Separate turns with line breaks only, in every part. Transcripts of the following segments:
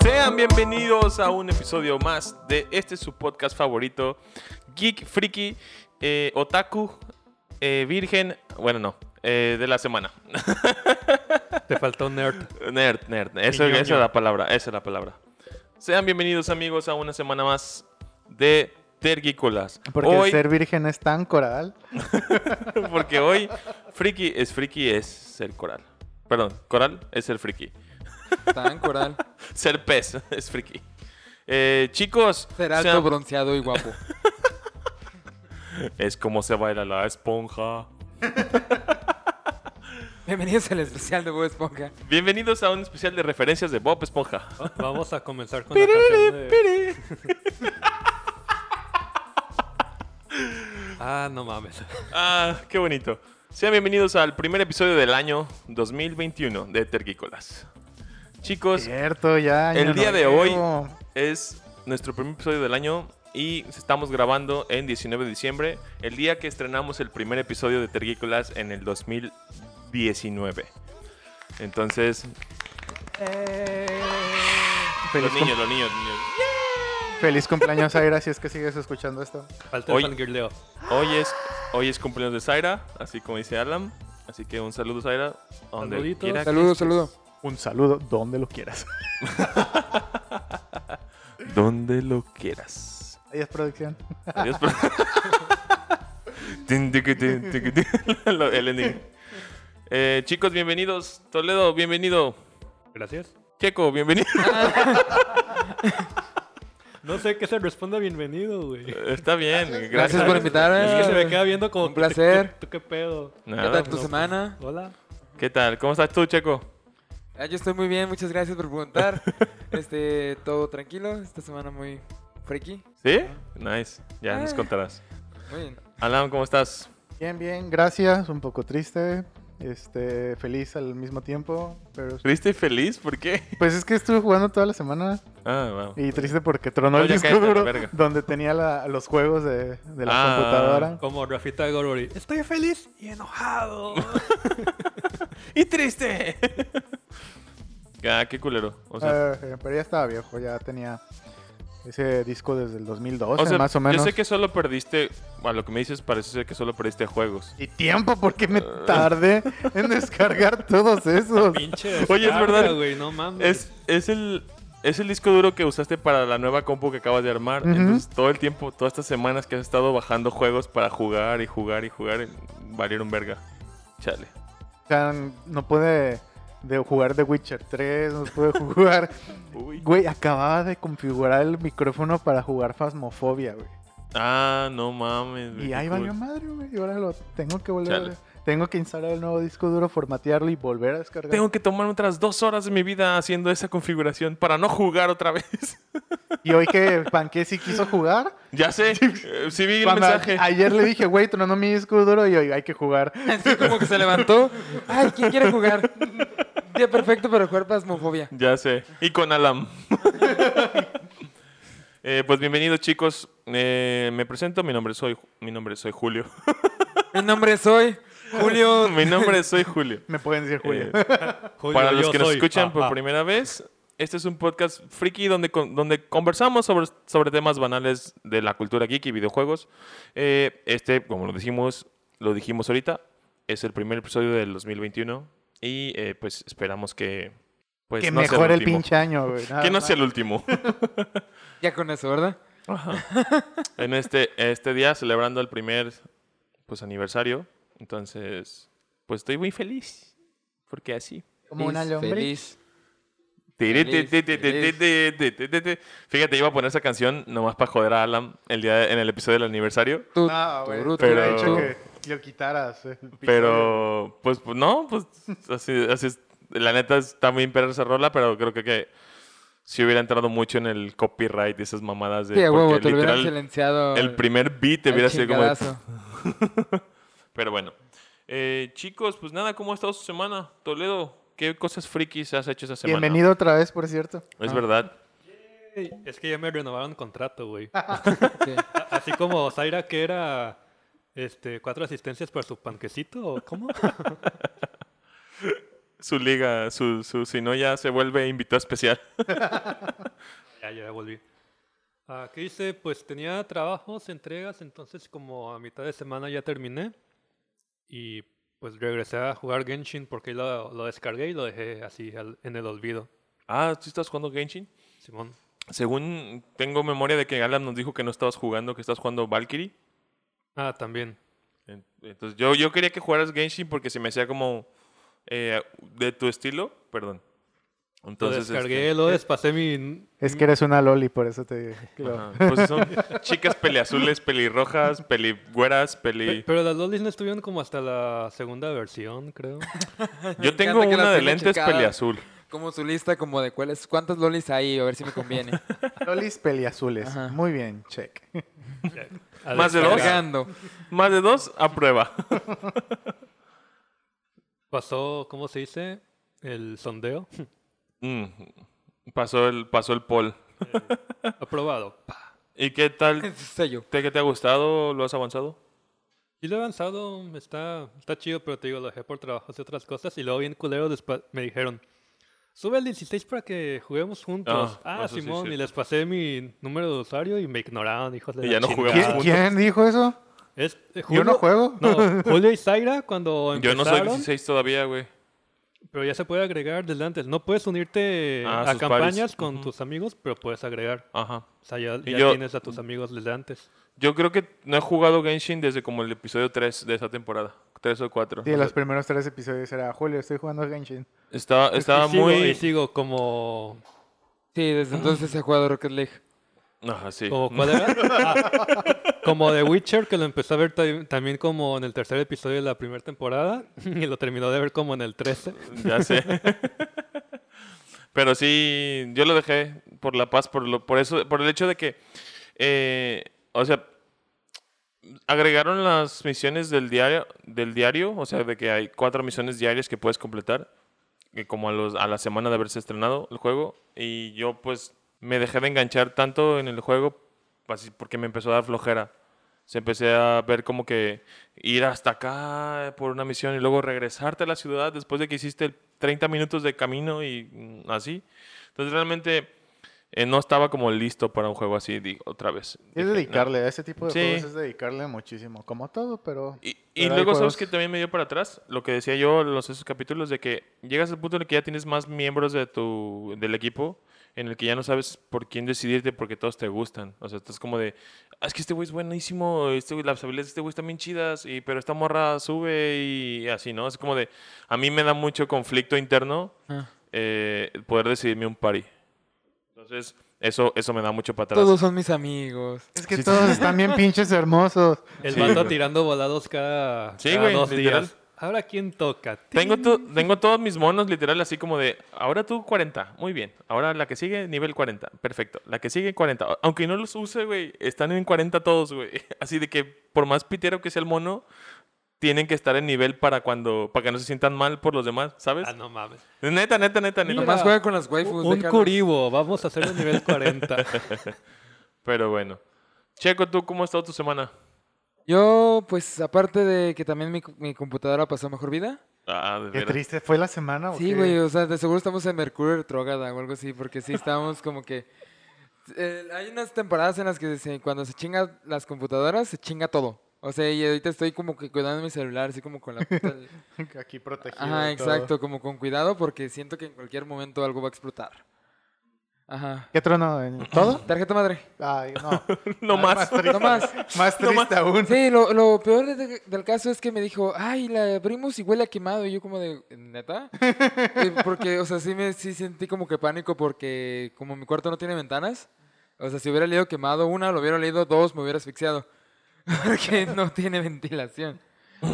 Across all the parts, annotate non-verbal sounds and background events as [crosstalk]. Sean bienvenidos a un episodio más de este su podcast favorito, Geek Freaky eh, Otaku eh, Virgen, bueno no, eh, de la semana.
Te faltó nerd.
Nerd, nerd, eso,
ñoño.
esa es la palabra, esa es la palabra. Sean bienvenidos amigos a una semana más de Tergícolas.
Porque ser virgen es tan coral.
[laughs] Porque hoy friki es friki es ser coral. Perdón, coral es ser friki.
Tan [laughs] coral.
Ser pez [laughs] es friki. Eh, chicos,
Ser alto,
sean-
bronceado y guapo.
es como se baila la esponja.
[laughs] Bienvenidos al especial de Bob Esponja.
Bienvenidos a un especial de referencias de Bob Esponja.
Va- Vamos a comenzar con la canción de... Ah, no mames. [laughs]
Ah, qué bonito. Sean bienvenidos al primer episodio del año 2021 de Tergícolas. Chicos,
Cierto, ya.
Pues, El
año
día de hoy
nuevo.
es nuestro primer episodio del año y estamos grabando en 19 de diciembre, el día que estrenamos el primer episodio de Tergícolas en el 2019. Entonces,
Feliz,
los
cum-
niños, los niños, los niños.
feliz cumpleaños, Aira, si es que sigues escuchando esto.
Falta
Hoy-
el fangirleo.
Hoy es, hoy es cumpleaños de Zaira, así como dice Alan. Así que un saludo, Zaira. a donde
Saluditos.
quiera que
Saludos,
estés.
saludos.
Un saludo donde lo quieras.
Donde lo quieras.
Ahí es producción.
Adiós. pro- [laughs] Tin, tiqui, tin, tiqui, tin. [laughs] Lo- El ending. Eh, chicos, bienvenidos. Toledo, bienvenido.
Gracias.
Checo, bienvenido. [laughs]
No sé qué se responde a bienvenido, güey.
Está bien, gracias.
Gracias por invitarme.
Es que se me queda viendo como...
Un placer.
¿Tú, tú qué pedo?
¿Qué
Nada.
tal tu semana?
Hola.
¿Qué tal? ¿Cómo estás tú, Checo?
Ah, yo estoy muy bien, muchas gracias por [laughs] preguntar. Este, todo tranquilo, esta semana muy friki.
¿Sí? Nice. Ya nos
Ah.
contarás.
Muy [laughs] bien.
Alan, ¿cómo estás?
Bien, bien, gracias. Un poco triste. Este, feliz al mismo tiempo. Pero
¿Triste y feliz? ¿Por qué?
pues es que estuve jugando toda la semana.
Ah, wow.
Y triste porque tronó
No,
el
ya
disco
cállate, la
duro
verga.
donde tenía la- los juegos de, de la
Ah.
computadora.
Como Rafita Gorgori. Estoy feliz y enojado.
[laughs] ¡Y triste! ah, qué culero. O sea,
Eh, pero ya estaba viejo, ya tenía ese disco desde el 2012,
o sea,
más o menos.
yo sé que solo perdiste, a lo que me dices parece ser que solo perdiste juegos.
Y tiempo, porque me tardé en descargar todos esos.
Pinche
[laughs] Oye, es
descarga,
verdad.
güey, no mames.
Es, es el, es el disco duro que usaste para la nueva compu que acabas de armar.
Ujú.
Entonces, todo el tiempo, todas estas semanas que has estado bajando juegos para jugar y jugar y jugar, eh, valieron verga. Chale.
O sea, no pude de jugar The Witcher 3, no pude jugar. Güey, acababa de configurar el micrófono para jugar Phasmophobia, güey.
Ah, no mames. güey,
Y
qué
ahí
cool.
valió madre, güey. Y ahora lo tengo que volver.
Chale.
a- Tengo que instalar el nuevo disco duro, formatearlo y volver a descargar.
Tengo que tomar otras dos horas de mi vida haciendo esa configuración para no jugar otra vez. [laughs]
Y hoy que Panque sí quiso jugar.
ya sé, eh, sí vi el
cuando
mensaje.
Ayer le dije, güey, tronó mi disco duro y hoy hay que jugar.
Así como que se levantó. Ay, ¿quién quiere jugar? Día perfecto para jugar pasmofobia.
Ya sé. Y con
[laughs]
Alam. Eh, pues bienvenidos chicos. Eh, me presento, mi nombre soy, mi nombre soy Julio.
Mi nombre es hoy Julio.
[laughs] mi nombre soy Julio.
Me pueden decir, Julio.
Eh,
Julio,
Para los
yo
que nos
soy,
escuchan por
papá.
primera vez, este es un podcast friki donde, con- donde conversamos sobre, sobre temas banales de la cultura geek y videojuegos. Eh, este, como lo dijimos, lo dijimos ahorita, es el primer episodio del 2021 y eh, pues esperamos que pues,
que
no sea
mejore el
último.
pinche año, güey. nada
Que no
más.
sea el
[laughs]
último.
Ya con eso, ¿verdad?
Ajá. [laughs] en este, este día celebrando el primer pues aniversario. Entonces, pues estoy muy feliz. Porque así.
Como una
Feliz,
lombriz.
Feliz.
Tiri,
Feliz,
ti, ti, ti, ti,
feliz.
ti, ti, ti, ti, ti. Fíjate, iba a poner esa canción nomás para joder a Alan el día de- en el episodio del aniversario.
Tú,
No, güey.
turú,
te hubiera
pero-
dicho que lo quitaras. eh, el episodio.
Pero, pues, pues, no, pues así, así es. La neta está muy imperada esa rola, pero creo que, que si hubiera entrado mucho en el copyright de esas mamadas de.
Sí, a
porque
huevo, te lo hubieran
literal,
silenciado.
el primer beat te
al
hubiera sido como. de-
chingadazo. [laughs]
Pero bueno. Eh, chicos, pues nada, ¿cómo ha estado su semana? Toledo, ¿qué cosas frikis has hecho esa semana?
Bienvenido otra vez, por cierto. Ah.
Ah.
Es verdad.
Ey, Es que ya me renovaron contrato, güey.
Sí.
Así como Zaira
[laughs]
que era este, cuatro asistencias para su panquecito, ¿o cómo?
su liga, su, su, si no ya se vuelve invitado especial.
Ya, ya volví. Aquí dice, pues tenía trabajos, entregas, entonces como a mitad de semana ya terminé. Y pues regresé a jugar Genshin porque lo, lo descargué y lo dejé así al- en el olvido.
Ah, ¿tú estás jugando Genshin?
Simón.
Según tengo memoria de que Alan nos dijo que no estabas jugando, que estás jugando Valkyrie.
Ah, también.
En- Entonces yo, yo quería que jugaras Genshin porque se me hacía como eh, de tu estilo, perdón. Entonces,
lo descargué,
este,
lo despasé mi...
Es que eres una loli, por eso [laughs] te dije. que lo-
ajá, pues son chicas peliazules, pelirrojas, peligüeras,
Pe-
peli...
Pero las lolis no estuvieron como hasta la segunda
[laughs]
versión, creo.
Yo
encanta
tengo
que las
una de
tiene
lentes
checadas.
peliazul.
Como su lista, como de cuáles, cuántas lolis hay, a ver si me conviene.
Lolis peliazules.
Ajá.
Muy bien, check.
A
Más de dos.
descargar.
Cargando.
Más de dos, a prueba.
Pasó, ¿cómo se dice? El sondeo. [laughs]
Mm, Pasó el, pasó el poll.
Aprobado. Pa.
¿Y qué tal?
Sello.
¿Te, ¿Qué te ha gustado? ¿Lo has avanzado?
Y lo he avanzado, está, está chido, pero te digo, lo dejé por trabajos y otras cosas. Y luego bien culero despa- me dijeron, sube el 16 para que juguemos juntos.
Ah,
Ah,
eso sí es
Simón, y
cierto.
les pasé mi número de usuario y me ignoraron, hijos de
Y
la
ya no
chingada.
jugamos
¿Qui-
juntos.
¿Quién dijo eso?
Es- eh,
Yo
Julio-
no juego. [laughs]
No, Julio y Zaira cuando
Yo
empezaron,
no soy 16 todavía, güey.
pero ya se puede agregar desde antes. No puedes unirte
Ah,
a
sus pares.
campañas con
Ujú.
tus amigos, pero puedes agregar.
Ajá.
O sea, ya,
Y
ya
yo-
tienes a tus amigos desde antes.
Yo creo que no he jugado Genshin desde como el episodio 3 de esa temporada. 3 o 4.
Sí, los primeros tres episodios era Julio, estoy jugando Genshin.
Estaba, estaba
y sigo-
muy...
y sigo como...
Sí, desde entonces he jugado Rocket League.
Ajá, sí.
¿Como cuál era? Ah, como The Witcher, que lo empezó a ver ta- también como en el tercer episodio de la primera temporada [laughs] y lo terminó de ver como en el 13.
[laughs] Ya sé. Pero sí, yo lo dejé por la paz, por, lo, por, eso, por el hecho de que, eh, o sea, agregaron las misiones del diario, del diario, o sea, de que hay cuatro misiones diarias que puedes completar, que como a, los, a la semana de haberse estrenado el juego, y yo pues me dejé de enganchar tanto en el juego pues, así, porque me empezó a dar flojera. Se empecé a ver como que ir hasta acá por una misión y luego regresarte a la ciudad después de que hiciste el 30 minutos de camino y mm, así. Entonces realmente eh, no estaba como listo para un juego así di- otra vez. Dije,
Es
"No".
dedicarle, a ese tipo de
Sí.
juegos es dedicarle muchísimo, como todo, pero...
Y, y
pero hay
luego
juegos-
sabes que también me dio para atrás lo que decía yo en los esos capítulos de que llegas al punto en el que ya tienes más miembros de tu del equipo en el que ya no sabes por quién decidirte porque todos te gustan. O sea, estás como de, "Ah, es que este güey es buenísimo, este güey- las habilidades de este güey están bien chidas, y, pero esta morra sube y así, ¿no? Es como de, a mí me da mucho conflicto interno
Ah.
eh, poder decidirme un party. Entonces, eso, eso me da mucho para atrás.
Todos son mis amigos.
Es que
Sí, sí,
todos
sí.
están bien
[laughs]
pinches hermosos.
El
Sí,
vato
güey.
tirando volados cada,
Sí,
cada
güey,
dos
literal.
días. Ahora quién toca.
Tengo, to- tengo todos mis monos literal así como de, ahora tú 40, muy bien. Ahora la que sigue, nivel 40, perfecto. La que sigue, 40. Aunque no los use, güey, están en 40 todos, güey. [laughs] Así de que por más pitero que sea el mono, tienen que estar en nivel para cuando, para que no se sientan mal por los demás, ¿sabes?
Ah, no mames.
Neta, neta, neta, neta.
Nomás juega con las waifus.
Un
déjalo.
curibo, vamos a hacerlo nivel 40.
Pero bueno. Checo, ¿tú cómo ha estado tu semana?
Yo, pues, aparte de que también mi, mi computadora pasó mejor vida.
Ah, de
Qué
veras.
triste, ¿fue la semana o
Sí,
qué?
güey, o sea, de seguro estamos en Mercurio retrógrada o algo así, porque sí, estábamos como que... eh, hay unas temporadas en las que se- cuando se chingan las computadoras, se chinga todo. O sea, y ahorita estoy como que cuidando mi celular, así como con la puta...
[laughs] Aquí protegido.
Ajá,
y todo.
exacto, como con cuidado, porque siento que en cualquier momento algo va a explotar. Ajá.
¿Qué trono? ¿En ¿Todo?
Tarjeta
[laughs]
madre.
Ay, no.
[laughs] No
Ay,
más.
triste,
No más.
Más triste aún.
Sí, lo, lo peor de- del caso es que me dijo, ay, la abrimos y huele a quemado. Y yo como de, ¿neta? Eh, porque, o sea, sí, me, sí sentí como que pánico porque como mi cuarto no tiene ventanas, o sea, si hubiera leído quemado una, lo hubiera leído dos, me hubiera asfixiado. [laughs] Porque no tiene ventilación.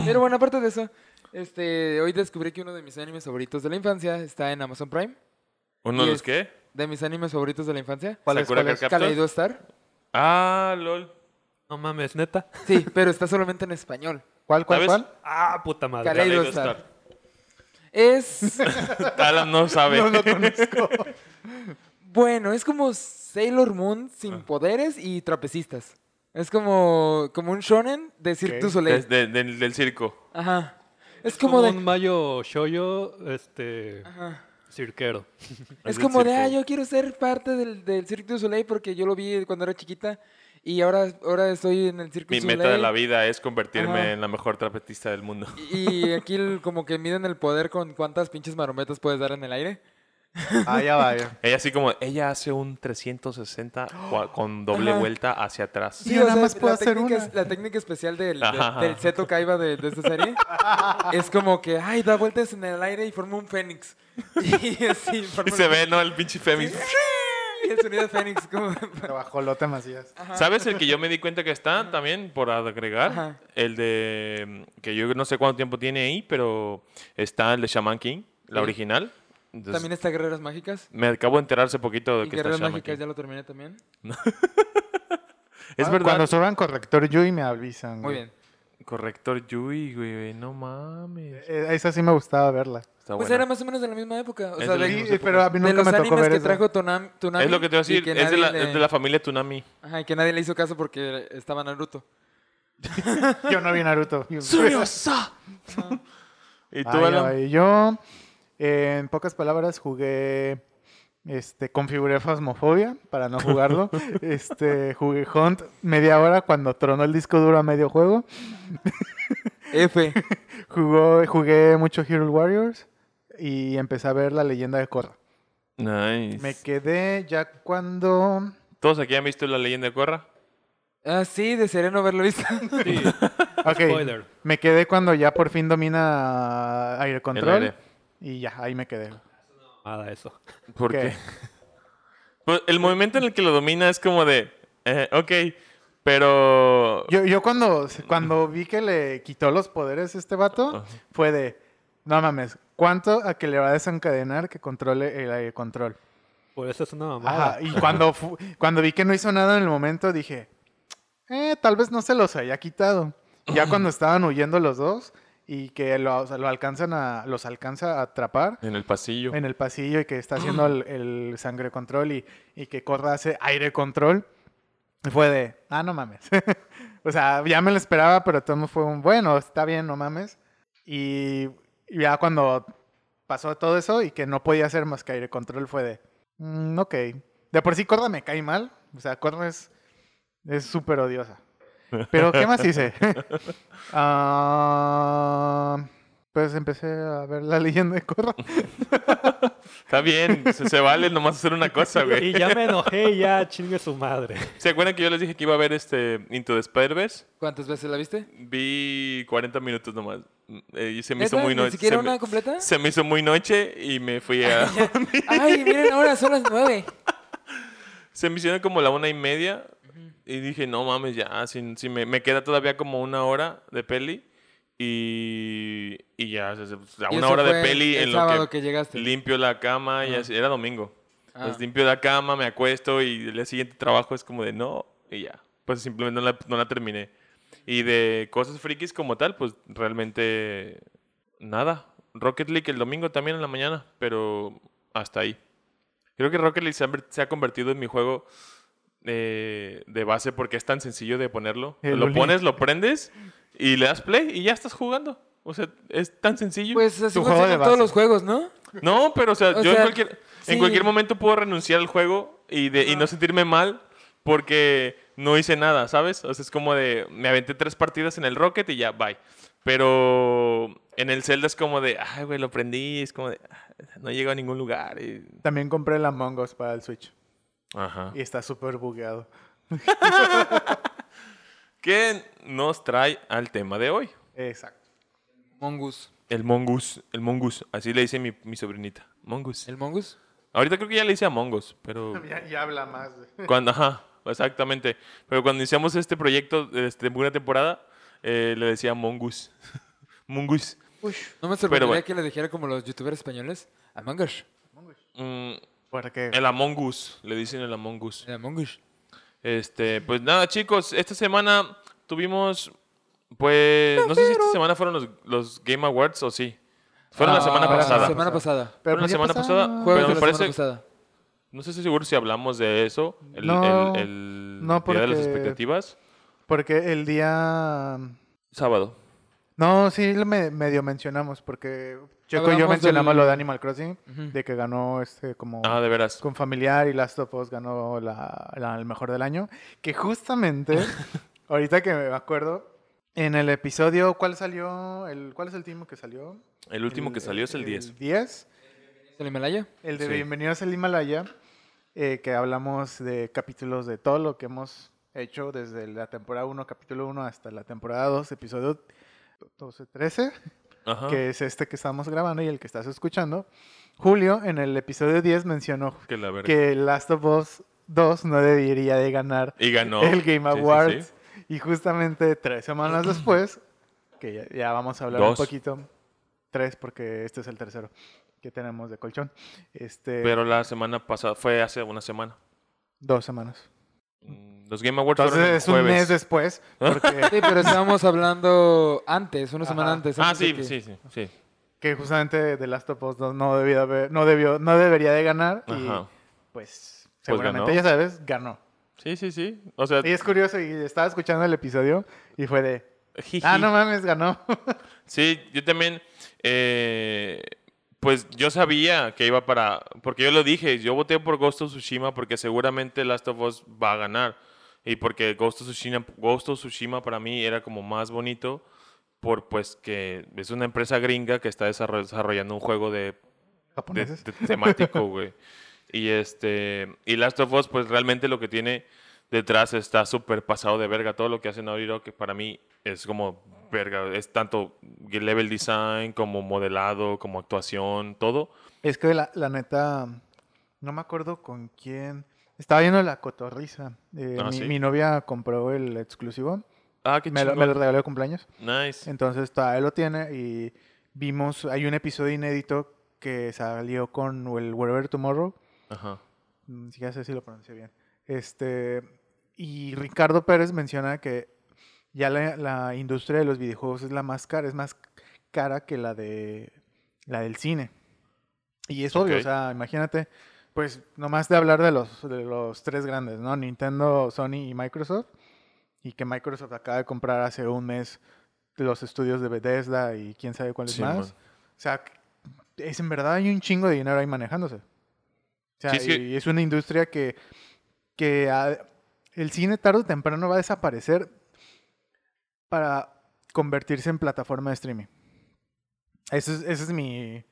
Pero bueno, aparte de eso, este, hoy descubrí que uno de mis animes favoritos de la infancia está en Amazon Prime.
¿Uno de
Y
los
es-
qué?
De mis animes favoritos de la infancia.
¿Cuál es,
¿Sakura
cuál es?
Card Captor?
Kaleido Star.
Ah, lol.
[laughs] No mames, neta.
Sí, pero está solamente en español.
¿Cuál, cuál,
¿Sabes?
cuál?
Ah, puta madre.
Caray. Kaleido Star. Es...
Alan no sabe.
[laughs] No lo conozco.
Bueno, es como Sailor Moon sin poderes y trapecistas. Es como, como un shonen de Cirque
Ok.
du Soleil.
Desde- del- del circo.
Ajá. Es como de.
un mayo shoyo, este,
Ajá.
cirquero.
Es
del
como de, ah,
circo.
yo quiero ser parte del, del Cirque du Soleil porque yo lo vi cuando era chiquita y ahora, ahora estoy en el Cirque
Mi
du Soleil.
meta de la vida es convertirme
Ajá.
en la mejor trapetista del mundo. [laughs]
Y aquí el- como que miden el poder con cuántas pinches marometas puedes dar en el aire.
Ah, ya vaya.
Ella así como, ella hace un 360
[gasps]
cua- con doble
Ajá.
vuelta hacia atrás.
Sí, yo nada más puedo
la
hacer
técnica,
una.
es- La técnica especial del, de-
Ajá.
del Seto Kaiba de, de
[laughs]
esta serie es como que, ay, da vueltas en el aire y forma un fénix. [laughs] Y así
[laughs]
forma
Y se
un-
ve, ¿no? El pinche Fénix.
Y el sonido de fénix,
[laughs]
como...
Trabajó Lota Macías.
¿Sabes el que yo me di cuenta que está también, por agregar?
Ajá.
El de. que yo no sé cuánto tiempo tiene ahí, pero está el de Shaman King, la
Sí.
original. Entonces,
También está Guerreras Mágicas.
Me acabo de enterarse poquito de
Y
que está
Guerreras
Shaman
Mágicas
King.
ya lo terminé también.
Es
Ah,
verdad.
Cuando suban corrector Yui me avisan.
Muy
güey.
bien.
Corrector Yui, güey, no mames.
Eh, esa sí me gustaba verla.
Está
Pues
buena.
era más o menos de la misma época. O
Es
sea,
de la
de,
misma
Sí, pero a mí
de
nunca
los
me tocó
animes
ver
que
eso.
trajo Tonam- Toonami
Es lo que te iba a
y
decir,
que
es de,
nadie
la,
le-
es de la familia Tsunami.
Ajá, y que nadie le hizo caso porque estaba Naruto.
Yo no vi [laughs] Naruto.
¿Y tú,
Ay, ay,
Alan?
ay. Yo, eh, en pocas palabras, jugué. Este, configuré Fasmofobia para no [laughs] jugarlo. este, jugué Hunt media hora cuando tronó el disco duro a medio juego.
[laughs]
F.
Jugó, jugué mucho Hero Warriors y empecé a ver la leyenda de Korra.
Nice.
Me quedé ya cuando. [laughs]
¿Todos aquí han visto la leyenda de Korra?
Ah, sí, desearía no haberlo visto. [laughs]
Sí,
Ok,
spoiler.
Me quedé cuando ya por fin domina aire control.
aire.
Y ya, ahí me quedé.
Nada, eso.
¿Por
¿Qué?
qué? Pues el movimiento en el que lo domina es como de, eh, ok, pero...
Yo, yo cuando, cuando vi que le quitó los poderes a este vato,
Ajá.
fue de, no mames, ¿cuánto a que le va a desencadenar que controle el aire control?
Por eso es una mamada.
Ajá, y cuando, fu- cuando vi que no hizo nada en el momento, dije, eh, tal vez no se los haya quitado. Ya cuando estaban huyendo los dos y que lo, o sea, lo alcanzan a, los alcanza a atrapar
En el pasillo.
en el pasillo y que está haciendo el, el sangre control y, y que Corra hace aire control, fue de, ah, no mames. [laughs] o sea, ya me lo esperaba, pero todo fue un, bueno, está bien, no mames. Y ya cuando pasó todo eso y que no podía hacer más que aire control, fue de, "Mm, ok. De por sí Corra me cae mal, o sea, Corra es es súper odiosa. Pero, ¿qué más hice? Ah, pues empecé a ver la leyenda de Corra.
Está bien, se, se vale nomás hacer una cosa, güey.
Y ya me enojé y ya chingue su madre.
¿Se acuerdan que yo les dije que iba a ver este Into the Spider-Verse?
¿Cuántas veces la viste?
Vi 40 minutos nomás. Eh, y se me hizo
¿Neta?
muy
¿Ni
noche.
siquiera
se me-
una completa?
se me hizo muy noche y me fui a...
Ay, miren, ahora son las nueve.
Se me hicieron como la una y media. Y dije, no mames, ya. Si, si me, me queda todavía como una hora de peli. Y, y ya, o sea, se- o sea,
Y
una
eso
hora de
fue
peli
el
en
sábado
lo
que
que,
llegaste.
limpio la cama. Y así, era domingo.
Ah.
Entonces limpio la cama, me acuesto y el día siguiente trabajo es como de no. Y ya. Pues simplemente no la, no la terminé. Y de cosas frikis como tal, pues realmente nada. Rocket League el domingo también en la mañana, pero hasta ahí. Creo que Rocket League se ha, ver- se ha convertido en mi juego eh, de base porque es tan sencillo de ponerlo.
El
lo
Oli.
pones, lo prendes y le das play y ya estás jugando. O sea, es tan sencillo.
Pues así
Tu juego de
funcionan
base.
todos los juegos, ¿no?
no, pero o sea,
O
yo en,
sea,
cualquier, en
sí.
cualquier momento puedo renunciar al juego y, de, y no sentirme mal porque no hice nada, ¿sabes? O sea, es como de, me aventé tres partidas en el Rocket y ya, bye. Pero en el Zelda es como de, ay, güey, lo prendí, es como de, "Ah, no llego a ningún lugar. y-
También compré el Among Us para el Switch.
Ajá.
Y está súper bugueado.
¿Qué nos trae al tema de hoy?
Exacto.
Mongus.
El mongus, el mongus, así le dice mi, mi sobrinita, mongus.
¿El Mongus?
Ahorita creo que ya le dice a mongos, pero
Ya, ya habla más. güey.
Cuando, ajá, exactamente. Pero cuando iniciamos este proyecto, este, una temporada, eh, le decía [laughs] Mongus. Mongus.
No me sorprendería
bueno.
que le dijera como los youtubers españoles. A Mongus.
Mm,
Porque
el Amongus, le dicen el Amongus.
A Mongus.
Este, pues nada, chicos, esta semana tuvimos, pues, no sé si esta semana fueron los, los Game Awards o sí. Fueron la
Ah,
semana
fueron la
pasada.
semana pasada.
Fueron la
pues ya
semana
pasaron.
pasada.
Juegos
Pero
de
me
la
parece,
semana pasada.
no sé si seguro si hablamos de eso, el,
No,
el- el
no,
día de las
porque-
expectativas,
Porque el día.
sábado.
No, sí, lo me- medio mencionamos, porque Checo y yo
Hablamos
mencionamos
del-
lo de Animal Crossing,
Ujú.
de que ganó este como
Ah, de veras.
con familiar y Last of Us ganó la, la- el mejor del año.
[laughs]
Que justamente, ahorita que me acuerdo, en el episodio, ¿cuál salió? El, ¿Cuál es el último que salió?
El último que salió es el 10.
El 10,
¿Es el Himalaya?
el de
Sí.
Bienvenidos al Himalaya, eh, que hablamos de capítulos de todo lo que hemos hecho desde la temporada 1, capítulo 1, hasta la temporada 2, episodio 12, 13
Ajá.
que es este que estamos grabando y el que estás escuchando, Julio en el episodio 10 mencionó
Que la verga.
que Last of Us 2 no debería de ganar
Y ganó.
el Game
Sí, sí,
Awards.
sí.
Y justamente tres semanas después, que ya, ya vamos a hablar
Dos.
un poquito, tres porque este es el tercero que tenemos de colchón, este,
Pero la semana pasada, fue hace una semana.
dos semanas.
Mm, Los Game Awards
Entonces
fueron el
es un mes
jueves.
después. Porque
Sí, pero estábamos hablando antes, una semana
Ajá.
antes.
Ah,
antes de
sí,
que-
sí, sí, sí.
que justamente The Last of Us 2 no, debió haber- no, debió, no debería de ganar
Ajá.
y pues seguramente,
ganó.
ya sabes, ganó.
Sí, sí, sí. O sea,
Y es curioso, y estaba escuchando el episodio y fue de,
jiji.
ah, no mames, ganó. [laughs]
Sí, yo también, eh, pues yo sabía que iba para, porque yo lo dije, yo voté por Ghost of Tsushima porque seguramente Last of Us va a ganar. Y porque Ghost of Tsushima, Ghost of Tsushima para mí era como más bonito, por pues que es una empresa gringa que está desarro- desarrollando un juego de de-
Japoneses.
de- temático, güey. Y este y Last of Us pues realmente lo que tiene detrás está súper pasado de verga todo lo que hace Naughty Dog, que para mí es como verga, es tanto level design como modelado, como actuación, todo.
Es que la, la neta, no me acuerdo con quién. Estaba viendo la cotorriza. eh,
Ah,
mi,
¿sí?
mi novia compró el exclusivo.
Ah, qué
Me lo,
chingón.
me lo regaló de cumpleaños.
Nice.
Entonces todavía lo tiene y vimos, hay un episodio inédito que salió con el Wherever Tomorrow.
Ajá.
Mm, sí, ya sé si lo pronuncié bien. Este, y Ricardo Pérez menciona que ya la, la industria de los videojuegos es la más cara, es más cara que la de la del cine. Y es obvio,
Ok.
o sea, imagínate, pues nomás de hablar de los, de los tres grandes, ¿no? Nintendo, Sony y Microsoft. Y que Microsoft acaba de comprar hace un mes los estudios de Bethesda y quién sabe cuáles
Sí,
más.
man.
O sea, es en verdad hay un chingo de dinero ahí manejándose. O sea,
Sí, es que-
y es una industria que, que a- el cine tarde o temprano va a desaparecer para convertirse en plataforma de streaming. Eso es, esa es mi,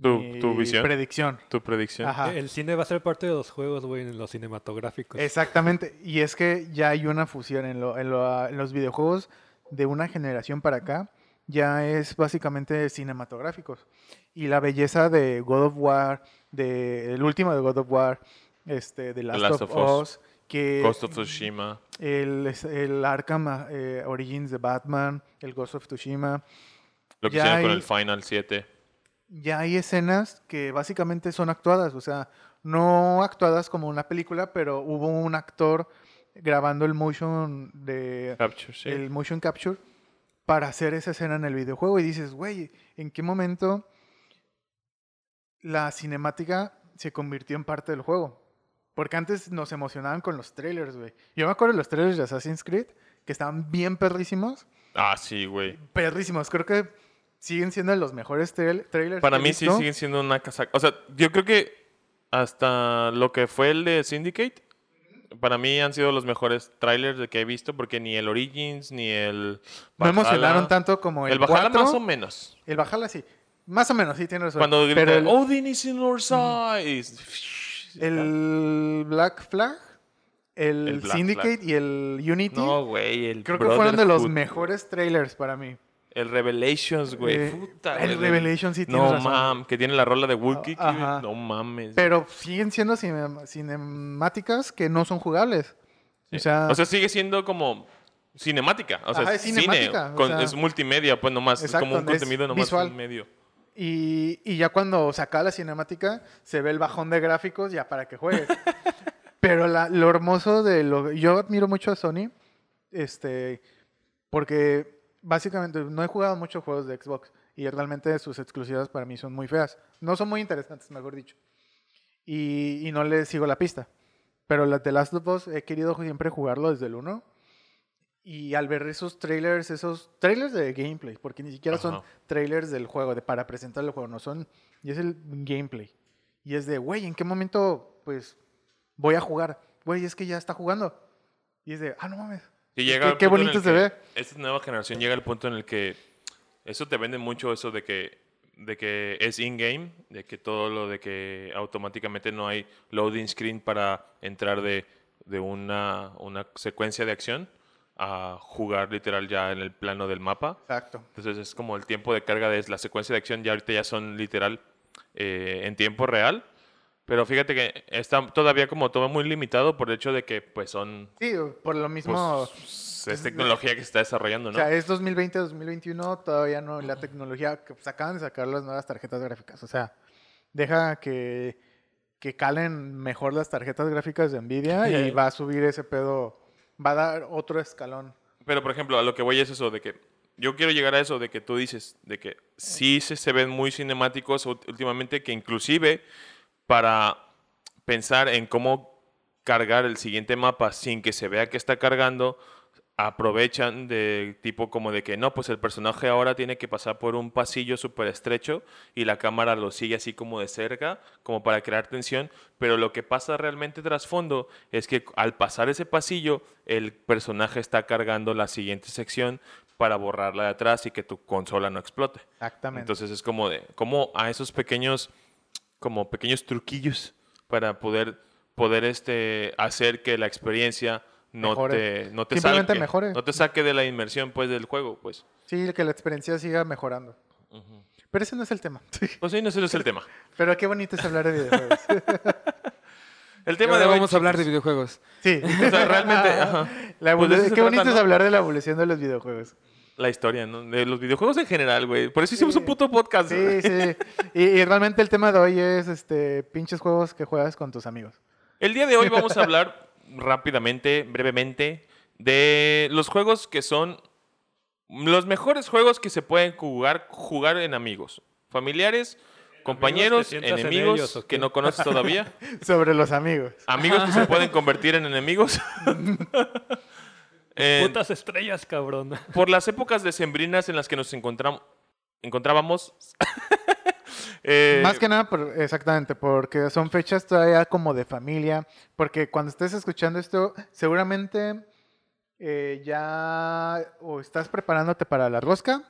Tu,
mi
tu visión,
predicción.
tu predicción.
Ajá.
El cine va a ser parte de los juegos, güey, en los cinematográficos.
Exactamente. Y es que ya hay una fusión en, lo- en lo- en los videojuegos de una generación para acá. Ya es básicamente cinematográficos. Y la belleza de God of War, de el último de God of War, este, de Last,
Last
of,
of Us.
Us, que
Ghost of Tsushima.
el, es- el Arkham eh, Origins de Batman, el Ghost of Tsushima,
Lo que
ya
hicieron con
hay-
el Final 7.
ya hay escenas que básicamente son actuadas, o sea, no actuadas como una película, pero hubo un actor grabando el motion de
Capture, sí.
el motion capture para hacer esa escena en el videojuego y dices, güey, ¿en qué momento la cinemática se convirtió en parte del juego? Porque antes nos emocionaban con los trailers, güey. Yo me acuerdo de los trailers de Assassin's Creed que estaban bien perrísimos,
Ah, sí, güey.
perrísimos. Creo que siguen siendo de los mejores trail- trailers.
Para
que he
mí sí
visto.
siguen siendo una casaca. O sea, yo creo que hasta lo que fue el de Syndicate, para mí han sido los mejores trailers de que he visto, porque ni el Origins, ni el.
No
Valhalla-
emocionaron tanto como el,
El Bajala
cuatro.
más o menos.
El Bajala sí. Más o menos, sí, tienes razón.
Cuando "Oh,
Pero
gritan,
el,
Odin is in our side. y-
el Black Flag, el,
El Black
Syndicate
Flag.
y el Unity,
No, güey. El
E creo que fueron de los
Brotherhood,
mejores trailers para mí.
güey. El Revelations, güey.
Eh,
Puta,
el
güey.
Revelation sí tienes
No
razón. Ah,
mames, que tiene la rola de Woodkick. güey.
Ajá.
No mames.
Pero siguen siendo cine- cinemáticas que no son jugables.
Sí.
O sea,
sigue siendo como cinemática. O sea,
Ajá,
es
es
cine.
cinemática, o
con-
sea.
es multimedia, pues nomás. es
Exacto,
como un
es
contenido nomás
visual.
un medio.
y, y ya cuando saca la cinemática, se ve el bajón de gráficos ya para que
[laughs]
juegues. Pero la- lo hermoso de lo... Yo admiro mucho a Sony, este, porque básicamente no he jugado muchos juegos de Xbox y realmente sus exclusivas para mí son muy feas. No son muy interesantes, mejor dicho. Y, y no le sigo la pista. Pero las de Last of Us he querido siempre jugarlo desde el 1 Y al ver esos trailers, esos trailers de gameplay, porque ni siquiera son
Ajá.
trailers del juego, de para presentar el juego, no son. Y es el gameplay. Y es de, güey, ¿en qué momento, pues, voy a jugar? Güey, es que ya está jugando. Y es de, ah, no mames.
Y llega
Qué-
al
qué
punto en
bonito
el
se ve.
que Esta nueva generación llega al punto en el que eso te vende mucho eso de que de que es in-game, de que todo lo de que automáticamente no hay loading screen para entrar de, de una, una secuencia de acción a jugar literal ya en el plano del mapa.
Exacto.
Entonces es como el tiempo de carga de la secuencia de acción ya ahorita ya son literal eh, en tiempo real. Pero fíjate que está todavía como todo muy limitado por el hecho de que pues son
Sí, por lo
pues,
mismo.
es tecnología que se está desarrollando,
O
¿no?
sea, es 2020, 2021, todavía no, la tecnología, que pues, acaban de sacar las nuevas tarjetas gráficas, o sea, deja que, que calen mejor las tarjetas gráficas de
[laughs]
Nvidia y va a subir ese pedo, va a dar otro escalón.
Pero, por ejemplo, a lo que voy es eso de que yo quiero llegar a eso de que tú dices, de que sí se, se ven muy cinemáticos ult- últimamente, que inclusive para pensar en cómo cargar el siguiente mapa sin que se vea que está cargando, aprovechan de tipo como de que no, pues el personaje ahora tiene que pasar por un pasillo súper estrecho y la cámara lo sigue así como de cerca, como para crear tensión, pero lo que pasa realmente trasfondo es que al pasar ese pasillo, el personaje está cargando la siguiente sección para borrarla de atrás y que tu consola no explote.
Exactamente.
Entonces es como de, como a esos pequeños, como pequeños truquillos para poder, poder este, hacer que la experiencia no
Mejore.
te, no te
Simplemente
saque,
mejore.
no te saque de la inmersión pues del juego, pues.
sí, que la experiencia siga mejorando. Pero ese no es
[laughs]
el tema.
Pues sí, no, ese no es el tema.
Pero qué bonito es hablar de
[laughs]
videojuegos.
El
Y
tema
ahora
de hoy,
vamos a hablar de videojuegos.
[laughs] Sí.
[laughs] O sea, realmente, ajá.
La
Pues de
evolu-
eso se
qué bonito
trata,
es
¿no?
hablar de la evolución de los videojuegos.
la historia, ¿no? De los videojuegos en general, güey. Por eso hicimos un puto podcast. [laughs]
Sí, sí. Y, y realmente el tema de hoy es este pinches juegos que juegas con tus amigos.
El día de hoy vamos a
[laughs]
hablar rápidamente, brevemente, de los juegos que son los mejores juegos que se pueden jugar, jugar en amigos, familiares, compañeros,
sientas en
enemigos
ellos, ¿o
que
qué?
no conoces todavía,
[laughs]
Sobre los amigos.
amigos que se pueden convertir en
[laughs]
enemigos. En-
Putas estrellas, cabrón.
por las épocas decembrinas en las que nos encontram- encontrábamos. [laughs] eh,
Más que nada, por- exactamente, porque son fechas todavía como de familia, porque cuando estés escuchando esto, seguramente eh, ya o estás preparándote para la rosca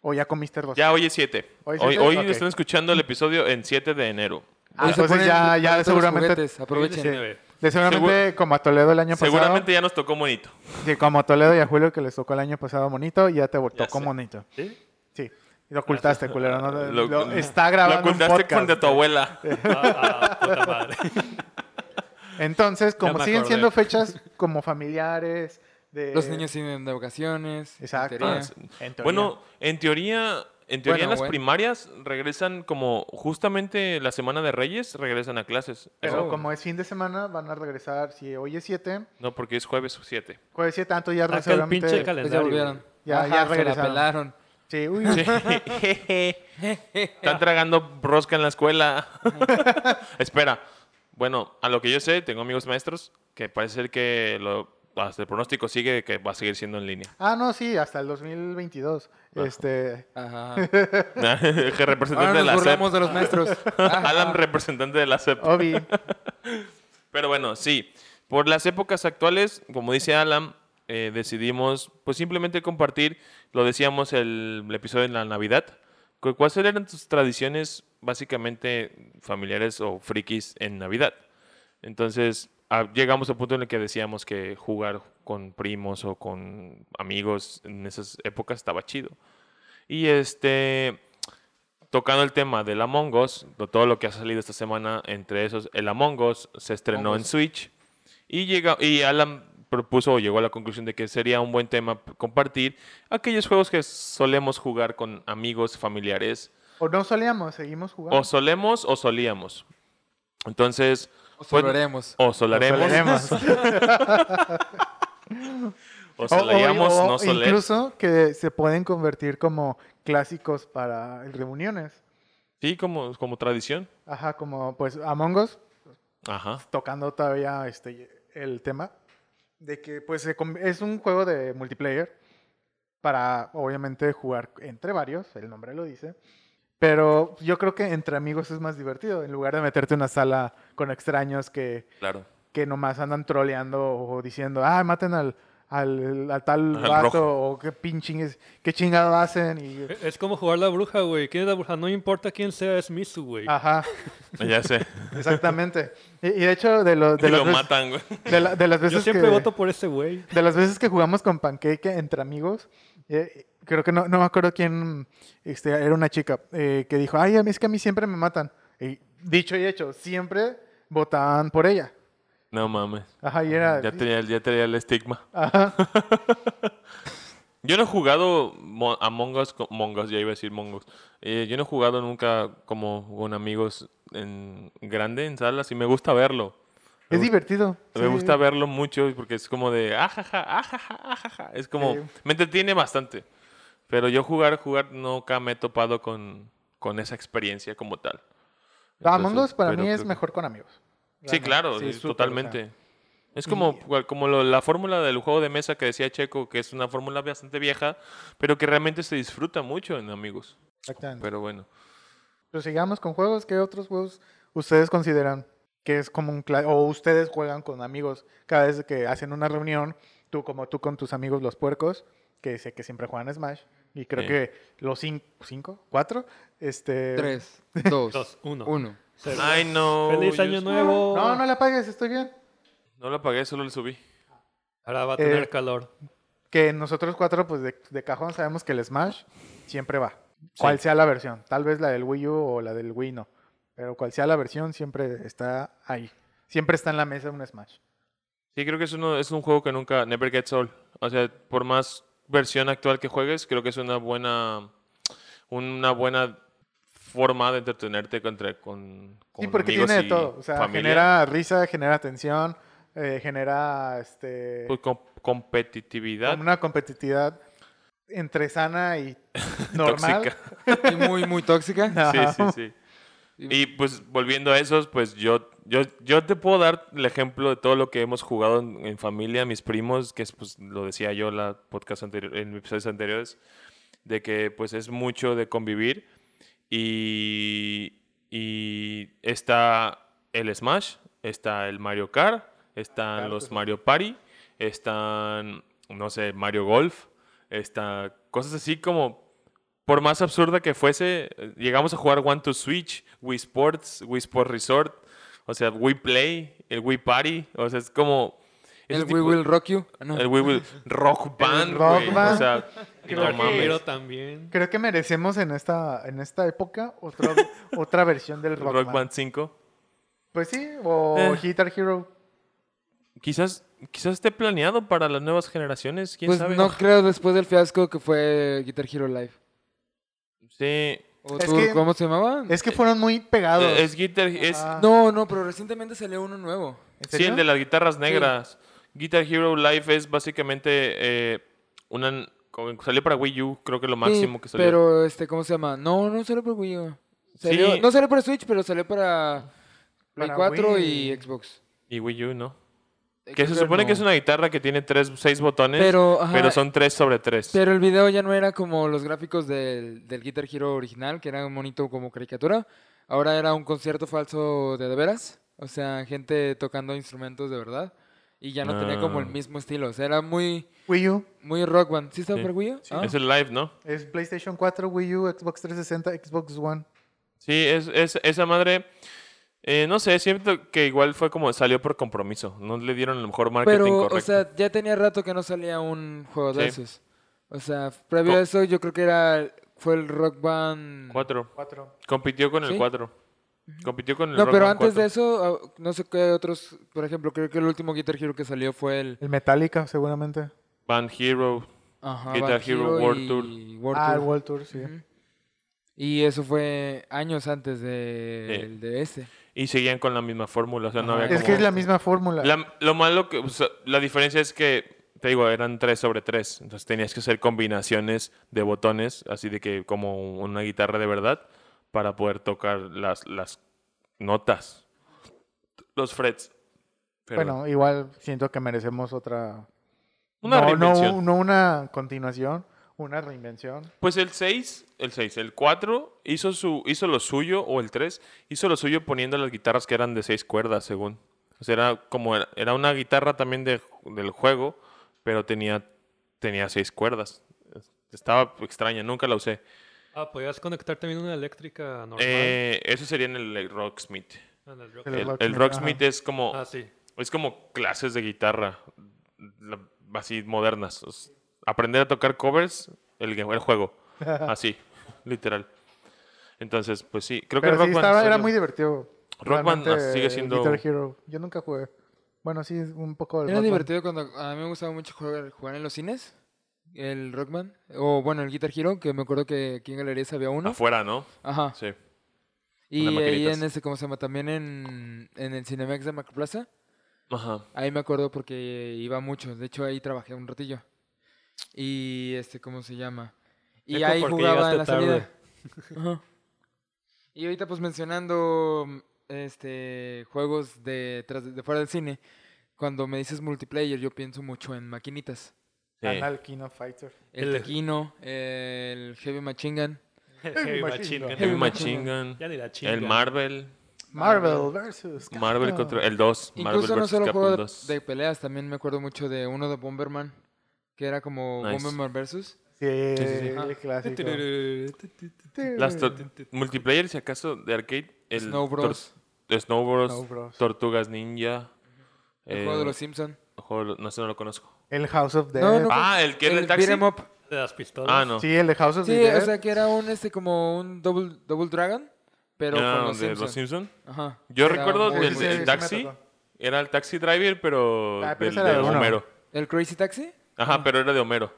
o ya comiste rosca.
Ya hoy es 7. Hoy,
¿Hoy es
hoy,
siete? Ok.
están escuchando el episodio en 7 de enero.
Ah,
Hoy se
entonces
ponen
ya- ya
baratos los
seguramente-
juguetes, [laughs] Aprovechen.
Diecinueve.
De seguramente como a Toledo el año pasado.
Seguramente ya nos tocó bonito.
Sí, como a Toledo y a Julio que les tocó el año pasado bonito, ya te tocó
sé.
bonito.
¿Sí?
Sí. Lo ocultaste, culero. no-
Lo-
lo- está
La
grabando. un
ocultaste
podcast.
con de tu abuela.
Ah, ah, puta madre.
Entonces, como
me
siguen
acordé.
siendo fechas como familiares, de
Los niños siguen de vacaciones. en
Exacto.
teoría. Pues
Ah, sí.
En teoría.
bueno, en teoría, en teoría
Bueno,
las
bueno.
primarias regresan como justamente la semana de Reyes regresan a clases.
Pero
Eso-
como es fin de semana, van a regresar. Si hoy es 7,
no, porque es jueves 7.
jueves 7, tanto ya
Saca el
seguramente-
pinche
Pues ya
calendario.
volvieron.
Ya-
Ajá,
ya
se la
regresaron.
pelaron.
Sí, uy.
[laughs] Están tragando rosca en la escuela. [laughs] Espera. Bueno, a lo que yo sé, tengo amigos maestros que parece ser que lo- hasta el pronóstico sigue que va a seguir siendo en línea. [laughs]
Ah, no, sí, hasta el 2022.
Ajá.
Este,
[laughs] Ajá.
Que representante
Ahora
Pues de
nos
la SEP.
burlamos de los maestros.
[laughs] Alan, representante de la E SEP.
Obi,
Pero bueno, sí. Por las épocas actuales, como dice Alan, eh, decidimos pues simplemente compartir, lo decíamos el, el episodio en la Navidad, cu- cuáles eran tus tradiciones básicamente familiares o frikis en Navidad. Entonces a- llegamos al punto en el que decíamos que jugar con primos o con amigos en esas épocas estaba chido. Y este, tocando el tema del Among Us, de todo lo que ha salido esta semana, entre esos, el Among Us se estrenó
Among
en
Us.
Switch y, llega, y Alan propuso o llegó a la conclusión de que sería un buen tema p- compartir aquellos juegos que solemos jugar con amigos, familiares,
o no solíamos, seguimos
o
jugando.
solemos o solíamos. Entonces,
Os
pues-
hablaremos.
o solaremos,
Soleremos.
o
O- o-
soleamos,
o
no soler.
Incluso que se pueden convertir como clásicos para reuniones.
Sí, como, como tradición.
Ajá, como pues Among Us,
Ajá.
tocando todavía este, el tema. de que pues se conv- es un juego de multiplayer para obviamente jugar entre varios, el nombre lo dice, pero yo creo que entre amigos es más divertido, en lugar de meterte en una sala con extraños que,
Claro.
que nomás andan troleando o diciendo, ah, maten al, al, al tal
Al
vato
rojo.
o qué pinches, qué chingado hacen y...
E- Es como jugar la bruja, güey. ¿Quién es la bruja? No importa quién sea, es Misu, güey.
Ajá,
[laughs] Ya sé.
exactamente. Y, y de hecho, de, lo- [laughs] de,
Y
las
lo
veces-
matan, güey.
de la- de las veces
Yo siempre
pues que...
voto por ese güey.
De las veces que jugamos con Pancake entre amigos, eh, creo que no, no me acuerdo quién, este, era una chica eh, que dijo, ay, a mí es que a mí siempre me matan. Y dicho y hecho, siempre votaban por ella.
No mames.
Ajá, y era...
Ya tenía, el- ya tenía el estigma.
Ah, Ajá.
[laughs] Yo no he jugado mo- Among Us, co- Among Us, ya iba a decir Mongos. yo no he jugado nunca como con amigos en grande en salas y me gusta verlo. Me
Es
gusta-
divertido.
Me
sí.
gusta verlo mucho porque es como de ajaja, ajaja, ajaja. Es como,
Sí.
me entretiene bastante. Pero yo jugar, jugar, nunca me he topado con, con esa experiencia como tal.
Ah,
Entonces,
Among Us para
pero
mí es
creo que-
mejor con amigos.
Sí,
Realmente,
claro,
sí,
sí,
súper, o sea.
totalmente. Es como, cual- como lo- la fórmula del juego de mesa que decía Checo, que es una fórmula bastante vieja, pero que realmente se disfruta mucho en amigos.
Exactamente.
Pero bueno.
Pero Pues, sigamos con juegos. ¿Qué otros juegos ustedes consideran que es como un cla- o ustedes juegan con amigos cada vez que hacen una reunión? Tú como tú con tus amigos los puercos, que sé que siempre juegan Smash y creo
Sí.
que los cin- cinco, cuatro, este
[laughs]
Tres, dos,
Dos, uno.
uno.
Cero.
Ay, no.
Feliz
yo
año
s-
nuevo.
No, no la apagues, estoy bien.
No lo apagué, solo lo subí.
Ahora va a tener
Eh,
calor.
Que nosotros cuatro pues de, de cajón sabemos que el Smash siempre va. Cual sea la versión, tal vez la del Wii U o la del Wii no, pero cual sea la versión siempre está ahí. Siempre está en la mesa un Smash.
Sí, creo que es, uno, es un juego que nunca, never gets old. O sea, por más versión actual que juegues, creo que es una buena, una buena forma de entretenerte con, entre- con,
Sí,
con
porque
amigos
tiene de
y
todo. O sea,
familia.
genera risa, genera tensión, eh, genera este,
Pues, com- competitividad
como una competitividad entre sana
[laughs]
y normal.
tóxica.
Y muy,
[laughs]
muy tóxica.
Sí,
Ajá.
sí, sí. Ah. Y pues volviendo a esos, pues yo, yo, yo te puedo dar el ejemplo de todo lo que hemos jugado en, en familia, mis primos, que es, pues, lo decía yo en la podcast anterior, en episodios anteriores, de que pues es mucho de convivir y, y está el Smash, está el Mario Kart, están
Kart,
los
pues.
Mario Party, están, no sé, Mario Golf, está cosas así como por más absurda que fuese, eh, llegamos a jugar One to Switch, Wii Sports, Wii Sports Resort, o sea, Wii Play, el Wii Party, o sea, es como... ese
El We
este tipo-
Will Rock You. Ah, no.
El Wii
[laughs]
Will Rock Band,
Rock
güey, o
Band.
sea,
Y
no
Pero
mames.
también.
Creo que merecemos en esta, en esta época
[laughs]
otra, otra versión del Rock,
Rock
Band.
Band 5.
Pues sí, o
Eh.
Guitar Hero.
Quizás, quizás esté planeado para las nuevas generaciones, quién
Pues
sabe.
no creo después del fiasco que fue Guitar Hero Live.
Sí.
O
Es
tú,
que-
¿Cómo se llamaba?
Es que fueron muy
Ah,
pegados.
pues,
Eh, Es Guitar es,
Ajá.
No, no, pero recientemente salió uno nuevo.
Ah, ¿En
Sí, el
serio?
de las guitarras negras. Guitar Hero Live es básicamente eh, una... como que Salió para Wii U, creo que lo máximo
Sí,
que salió.
Pero, este, ¿cómo se llama? No, no salió para Wii U. Salió-
Sí.
No salió para Switch, pero salió para Play
Para
4
Wii.
y Xbox.
Y Wii U, ¿no?
Eh,
Que
creo
se supone que es
no.
una guitarra que tiene tres, seis botones, pero,
Pero, ajá,
son tres sobre tres.
pero el video ya no era como los gráficos del, del Guitar Hero original, que era un monito como caricatura. Ahora era un concierto falso de de veras. O sea, gente tocando instrumentos de verdad. Y ya no tenía como el
Ah.
mismo estilo. O sea, era muy,
Wii U.
muy rock band. ¿Sí estaba
Sí.
para Wii U? Ah.
Es el live, ¿no?
Es PlayStation 4, Wii U, Xbox 360, Xbox One.
Sí, es, es- esa madre... eh, no sé, siento que igual fue como salió por compromiso. No le dieron el mejor marketing
Pero,
correcto.
o sea, ya tenía rato que no salía un juego de
Sí.
esos. O sea, previo
Co-
a eso, yo creo que era. Fue el Rock Band.
Cuatro.
4.
Compitió con el
Sí.
4. Compitió con el
No,
Rock
pero
Band
antes de
4.
eso, ah, no sé qué otros. Por ejemplo, creo que el último Guitar Hero que salió fue el.
El Metallica, seguramente.
Band Hero.
Ajá,
Guitar
Band
Hero World Tour.
y World
ah, el
Tour.
World Tour, sí.
Ujú. Y eso fue años antes de, de este. ese.
Y seguían con la misma fórmula. O sea, no
Ajá.
había
Ah, Es que
como-
es la misma fórmula.
La- lo malo que. o sea, la diferencia es que, te digo, eran 3 sobre 3. Entonces tenías que hacer combinaciones de botones, así de que como una guitarra de verdad, para poder tocar las, las notas, los frets. pero
Bueno, igual siento que merecemos otra.
Una
no, no-
reinvención.
no una continuación, una reinvención.
Pues el 6, el 6, el 4 hizo, su, hizo lo suyo, o el 3, hizo lo suyo poniendo las guitarras que eran de 6 cuerdas, según. O sea, era como era, era una guitarra también de- del juego, pero tenía, tenía 6 cuerdas. Estaba extraña, nunca la usé.
Ah, podías conectar también una eléctrica normal.
Eh, eso sería en el Rocksmith.
en el rock.
el
El, el
Rocksmith,
Rocksmith
ajá.
es como,
Ah, sí. [laughs]
es como clases de guitarra, la- así modernas. Es aprender a tocar covers, el, el
[laughs]
juego. Así, literal. Entonces, pues sí, creo
Pero
que
sí,
Rock Band
estaba, era
solo-
muy divertido.
Rock Band,
Realmente,
ah, sigue siendo-
Guitar Hero. Yo nunca jugué. Bueno, sí, un poco. del
Era
Rock Band.
divertido cuando a mí me gustaba mucho jugar, jugar en los cines, el Rockman, o bueno, el Guitar Hero, que me acuerdo que aquí en Galerías había uno.
afuera, ¿no?
Ajá.
Ah, Sí.
Y ahí
maquinitas.
en ese, ¿cómo se llama? También en, en el Cinemex de Macplaza.
Ajá.
Ahí me acuerdo porque iba mucho. De hecho, ahí trabajé un ratillo. Y este, ¿cómo se llama? Y
Eco,
ahí
porque
jugaba
llegaste
en la
tarde.
salida. Ajá. [laughs] Y ahorita, pues mencionando mm, este juegos de, tras- de fuera del cine, cuando me dices multiplayer, yo pienso mucho en maquinitas.
Sí.
Anal Kino Fighter.
El
El-
Tequino, el Heavy Machine Gun.
El
Heavy
Heavy Machine
Machine Gun.
Gun.
Heavy
Heavy Machine
Machine Gun,
Ya ni la chinga.
El Marvel.
Marvel versus.
Marvel
Capcom.
contra. El 2. Marvel
Incluso no
versus
solo
Capcom
juegos
2.
de peleas, también me acuerdo mucho de uno de Bomberman, que era como
Nice.
Bomberman versus.
Sí,
Sí, sí, sí.
Ah.
clásico.
Las tor- multiplayer, si acaso, de arcade. El
Snow Bros.
tor- Snow Bros.
Snow Bros.
Tortugas Ninja.
El
eh,
juego de los Simpsons.
juego de los- no sé, no lo conozco.
El House of Dead.
no,
Ah, el que era el taxi.
beat 'em up.
De las pistolas.
Ah, no.
Sí, el de House of
Sí,
the Dead.
o sea que era un este como un double, double dragon, pero
Ah,
con los
de
Simpsons.
los Simpsons.
Ajá.
Yo
Era
recuerdo
muy
del
sí,
el
sí me
taxi.
tocó.
Era el taxi driver, pero,
Ah, pero
del,
ese era
de
de uno.
Homero.
¿El Crazy Taxi?
Ajá, pero era de Homero.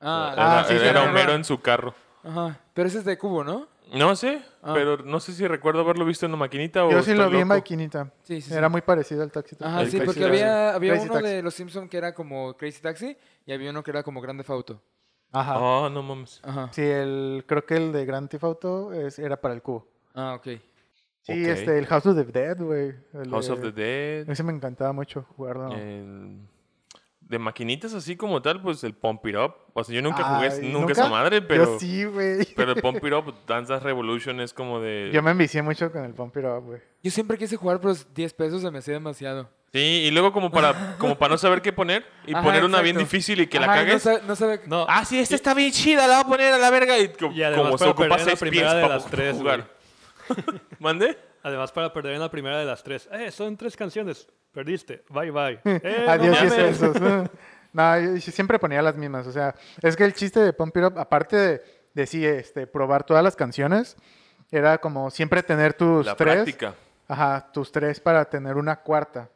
Ah,
era
Ah, sí, sí,
era
era
Homero
Homero.
en su carro.
ajá. Pero ese es de cubo, ¿no?
No sé,
Ah.
pero no sé si recuerdo haberlo visto en una maquinita o.
Yo sí
estoy
lo vi en
loco.
Maquinita.
Sí, sí, sí.
Era muy parecido al Taxi Driver.
Ajá,
El
sí,
Crazy
porque
Taxi.
había, había
Crazy
uno
Taxi.
de los Simpsons que era como Crazy Taxi y había uno que era como Grande Fauto.
Ajá.
Oh, no mames.
Ajá.
Ah, Sí, el, creo que el de Grand Theft Auto es- era para el cubo.
Ah, ok.
Sí,
Ok.
este, el House of the Dead, güey. El
House
de-
of the Dead. Eh,
Ese me encantaba mucho jugarlo.
el- De maquinitas así como tal, pues el Pump It Up. O sea, yo nunca jugué
Ay,
nunca, esa madre, pero.
Yo sí, güey.
Pero el Pump It Up, Dance Dance Revolution es como de.
Yo me envicié mucho con el Pump It Up, güey.
Yo siempre quise jugar, pero los 10 pesos se me hacía demasiado.
Sí, y luego como
[laughs]
para, como para no saber qué poner y
Ajá,
poner una bien
exacto.
difícil y que la
Ajá, y
cagues.
No sabe, no sabe-
No,
Ah, sí, esta está bien chida, la voy a poner a la verga. Y, co-
Y además
como se
para
ocupa
perder la
seis pies
primera de
para
las
ju-
tres,
jugar. [laughs] ¿Mande?
Además, para perder en la primera de las tres. ¡Eh, son tres canciones! Perdiste. Bye,
[laughs]
bye. Eh, no
[laughs] Adiós,
mames.
10 pesos. no, yo, yo siempre ponía las mismas. O sea, es que el chiste de Pump It Up, aparte de, de sí, este, probar todas las canciones, era como siempre tener tus
La
tres.
práctica.
Ajá, tus tres para tener una cuarta.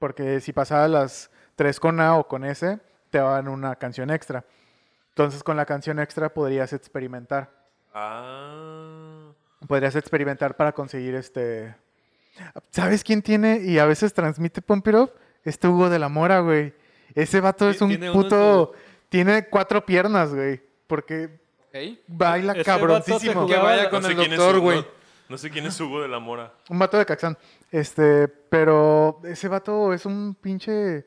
Porque si pasabas las tres con A o con S, te daban una canción extra. Entonces con la canción extra podrías experimentar.
Ah.
Podrías experimentar para conseguir este... ¿Sabes quién tiene y a veces transmite Pump It Up? Este Hugo de la Mora, güey. Ese vato
Ti-
es un
tiene uno en
puto... Tiene cuatro piernas, güey. Porque
Ok.
baila
Ese vato hace
cabroncísimo.
Que
Jugaba
vaya
la-
con
No sé
el
quién es
doctor,
Hugo-
güey.
no- No sé quién es Hugo de la
[laughs]
Mora.
Un vato de Caxán. Este, pero ese vato es un pinche.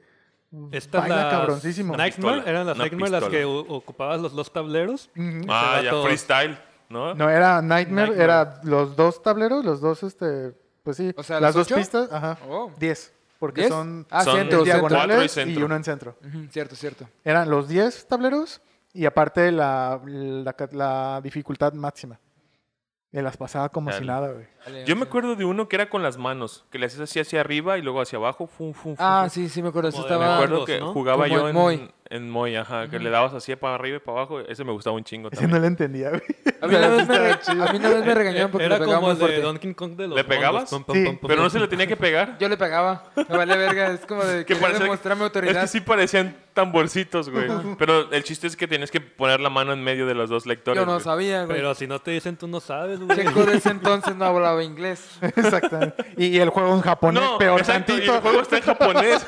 Estas
baila
las
cabroncísimo.
Una
Nightmare,
pistola,
eran las
una
Nightmare las
pistola.
que u- ocupabas los dos tableros.
Ujú.
Ah,
Ese
ya,
vato-
freestyle, ¿no?
No, era Nightmare,
Nightmare.
era los dos tableros, los dos, este, pues sí.
O sea,
las
¿los
dos
ocho?
pistas, ajá.
Oh.
Diez. Porque
¿Diez?
son
Ah,
Son
centro,
tres
centro.
Cuatro y
diagonales y
centro.
uno en centro.
Ujú, Cierto, cierto.
Eran los diez tableros y aparte la, la, ca- la dificultad máxima. Y las pasaba como si
Dale.
nada, güey.
Dale,
Yo me
sí.
acuerdo de uno que era con las manos, que le hacías así hacia arriba y luego hacia abajo. Fum, fum, fum,
Ah,
fum.
sí, sí me acuerdo. Ese
Como de-
Me
estaba...
acuerdo
Ambos,
que
¿no?
jugaba
Como
yo
en
en
Moy.
en Moy, ajá, que le dabas así para arriba y para abajo. Ese me gustaba un chingo
Ese
también.
no lo entendía, güey. [laughs]
A mí, una vez me,
Estaba
re-
chido.
a mí una vez me
Eh,
regañaron porque
Era
le pegaba
como
muy
de
fuerte.
Donkey Kong de los
¿Le
bongos.
pegabas?
Pum, pum,
Sí.
pum, pum,
Pero no
pum.
se le tenía que
[laughs]
pegar.
Yo le pegaba. Me vale verga. Es como de
Que
que
parece-
demostrar mi
Es
autoridad.
que sí parecían tamborcitos, güey. Pero el chiste es que tienes que poner la mano en medio de los dos lectores.
Yo no
güey.
sabía, güey.
Pero si no te dicen, tú no sabes, güey.
Checo de ese entonces no hablaba inglés.
Exactamente. Y, y el juego en japonés,
No,
peor
exacto, y
tantito.
el juego está
[laughs]
en japonés.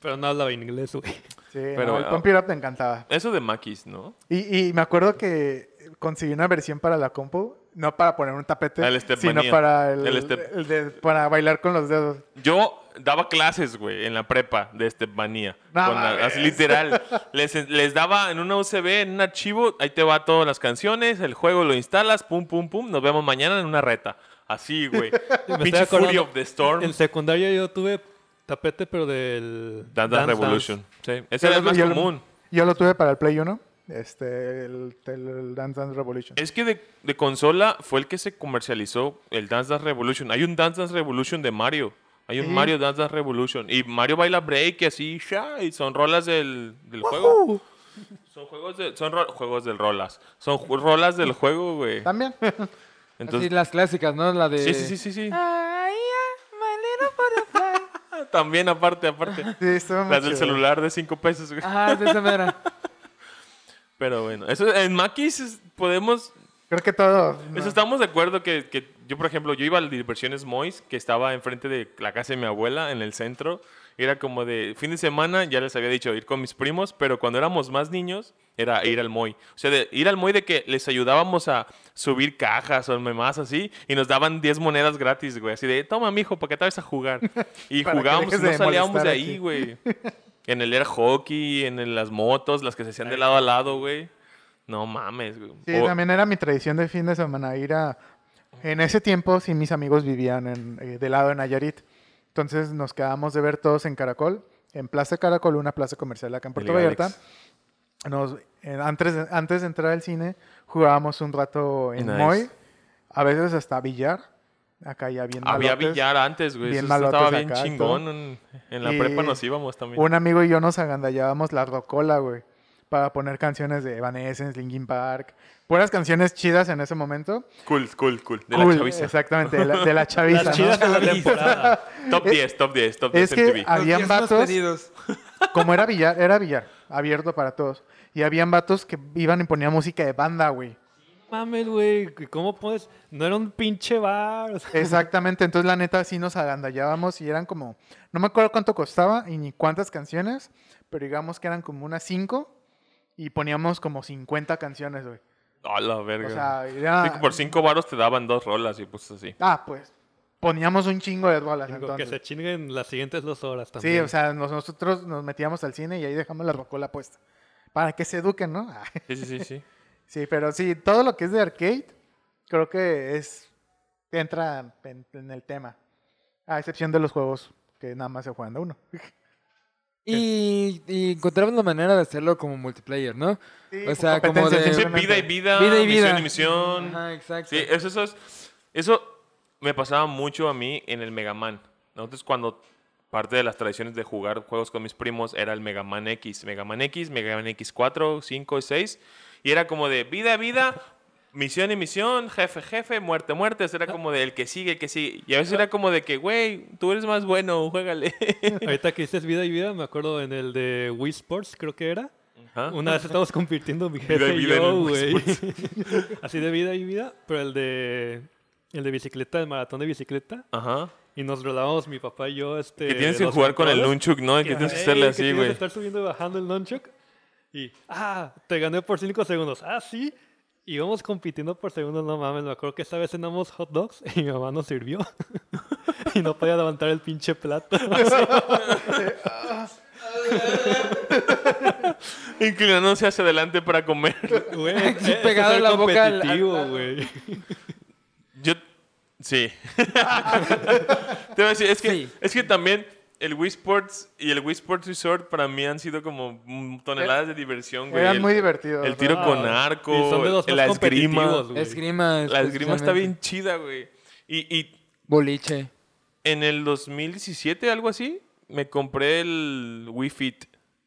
Pero no hablaba inglés, güey.
Sí,
Pero,
no, el Pump It Up me encantaba.
Eso de Maquis, ¿no?
Y, y me acuerdo que conseguí una versión para la compu No para poner un tapete,
El step
sino
manía.
para el,
El step.
el de- para bailar con los dedos.
Yo daba clases, güey, en la prepa de Stepmanía.
No
Con la-
mames.
así literal. Les, les daba en una UCB, en un archivo, ahí te va todas las canciones, el juego lo instalas, pum, pum, pum, nos vemos mañana en una reta. Así, güey.
[laughs] Me
Pinche
estoy acordando.
Fury of the Storm.
En secundaria yo tuve tapete, pero del.
Dance Dance Revolution. Sí, ese era el más
Yo lo-
común.
Yo lo tuve para el Play 1, este, el, el Dance Dance Revolution.
Es que de, de consola fue el que se comercializó el Dance Dance Revolution. Hay un Dance Dance Revolution de Mario. Hay un
Sí.
Mario Dance Dance Revolution. Y Mario baila break y así, ya, y son rolas del, del juego.
¡Woohoo!
Son juegos de, son ro- juegos del rolas. Son ju- rolas del juego, güey.
También.
Así
Entonces,
las clásicas, ¿no? La de...
sí, sí, sí, sí, Ah, sí.
Ay,
También aparte,
[laughs]
aparte.
Sí, estuvo muy
Las del
chido.
celular de 5 pesos,
Ah.
güey.
Ajá, de esa manera.
Pero bueno, eso en Maquis es- podemos
Creo que todo.
Eso Pues estamos de acuerdo que, que yo, por ejemplo, yo iba a las diversiones Mois, que estaba enfrente de la casa de mi abuela, en el centro. Era como de fin de semana, ya les había dicho ir con mis primos, pero cuando éramos más niños, era ir al Moy. O sea, de ir al Moy de que les ayudábamos a subir cajas o más así, y nos daban 10 monedas gratis, güey. Así de, toma, mijo, para que te vayas a jugar. Y
[laughs] Para que
jugábamos y
dejes de
no salíamos
molestar
de
aquí.
ahí, güey. En el air hockey, en el- las motos, las que se hacían de lado a lado, güey. No mames, güey.
Sí,
O-
también era mi tradición de fin de semana ir a... En ese tiempo, sí, mis amigos vivían en, eh, de lado en Nayarit. Entonces nos quedábamos de ver todos en Caracol, en Plaza Caracol, una plaza comercial acá en Puerto
Liga
Vallarta.
Alex.
Nos, en- antes, de- antes de entrar al cine, jugábamos un rato en
Nice.
Moy, a veces hasta billar. Acá ya bien
Había
malotes.
billar antes, güey.
bien
Eso estaba
malotes
bien
acá y
chingón. En, en la
Y
prepa nos íbamos también.
Un amigo y yo nos agandallábamos la rocola, güey, para poner canciones de Evanescence, Linkin Park, puras canciones chidas en ese momento.
Cool, cool, cool. De
Cool,
la chaviza.
Exactamente, de
[laughs]
la, de la chaviza.
Las
¿no?
chidas de la temporada.
Top 10, top 10, top 10
Es que
MTV.
Los
habían
diez más
vatos,
pedidos.
como era billar, era billar, abierto para todos. Y habían vatos que iban y ponían música de banda, güey.
Mames, güey. ¿Cómo puedes.? No era un pinche bar. o sea,
Exactamente, entonces la neta sí nos agandallábamos y eran como, no me acuerdo cuánto costaba y ni cuántas canciones, pero digamos que eran como unas cinco y poníamos como 50 canciones, güey.
A la verga.
O sea, ah, era-
Sí, que por 5 varos te daban dos rolas y pues
[laughs]
así.
Ah, pues. Poníamos un chingo de rolas
digo, que
entonces.
se chinguen las siguientes dos horas también.
Sí, o sea, nos- nosotros nos metíamos al cine y ahí dejamos la rocola puesta. Para que se eduquen, ¿no? Ah.
Sí, sí, sí, sí.
sí, pero sí, todo lo que es de arcade, creo que es. entra en, en el tema. A excepción de los juegos que nada más se juegan de uno.
Y, y encontraron la manera de hacerlo como multiplayer, ¿no?
Sí,
O sea, como
competencia,
de-
Sí,
simplemente.
vida y vida,
Vida y
misión
vida.
y misión.
Ajá, exacto.
Sí, eso, eso, es- eso me pasaba mucho a mí en el Mega Man. Nosotros cuando parte de las tradiciones de jugar juegos con mis primos era el Mega Man X, Mega Man X, Mega Man X4, 5 y 6. Y era como de vida, vida, misión y misión, jefe, jefe, muerte, muerte. Era como de el que sigue, el que sigue. Y a veces era como de que, güey, tú eres más bueno, juégale.
[laughs] Ahorita que dices vida y vida, me acuerdo en el de Wii Sports, creo que era.
Ajá.
Una vez estábamos compitiendo mi
Ah. Vida y
jefe y
vida en
yo,
el
güey. [laughs] Así de vida y vida, pero el de el de bicicleta, el maratón de bicicleta
Ajá.
y nos rolábamos mi papá y yo este
Que tienes
de
que
los
jugar con el
controles,
Nunchuk, ¿no? Que tienes que hacerle
ey,
así,
tienes que
güey.
estar subiendo y bajando el nunchuk y ah, te gané por 5 segundos. Ah, sí. Y vamos compitiendo por segundos, no mames, me acuerdo que esta vez cenamos hot dogs [laughs] y mi mamá nos sirvió. y no podía levantar el
[laughs]
pinche plato.
Inclinándose hacia adelante para comer.
Güey,
Sí,
eh, eso
pegado
es
en la boca al- al
competitivo,
plato.
güey.
Yo. Sí. [laughs] Te voy a decir, es que,
Sí.
es que también el Wii Sports y el Wii Sports Resort para mí han sido como mm, toneladas de diversión, güey.
Eran
El-
muy divertidos.
El
¿no?
tiro
Ah,
con
y son de
arco,
los más
la esgrima.
competitivos, güey.
Esgrima.
La esgrima está
especialmente.
bien chida, güey. Y, y
Boliche.
en el 2017, algo así, me compré el Wii Fit.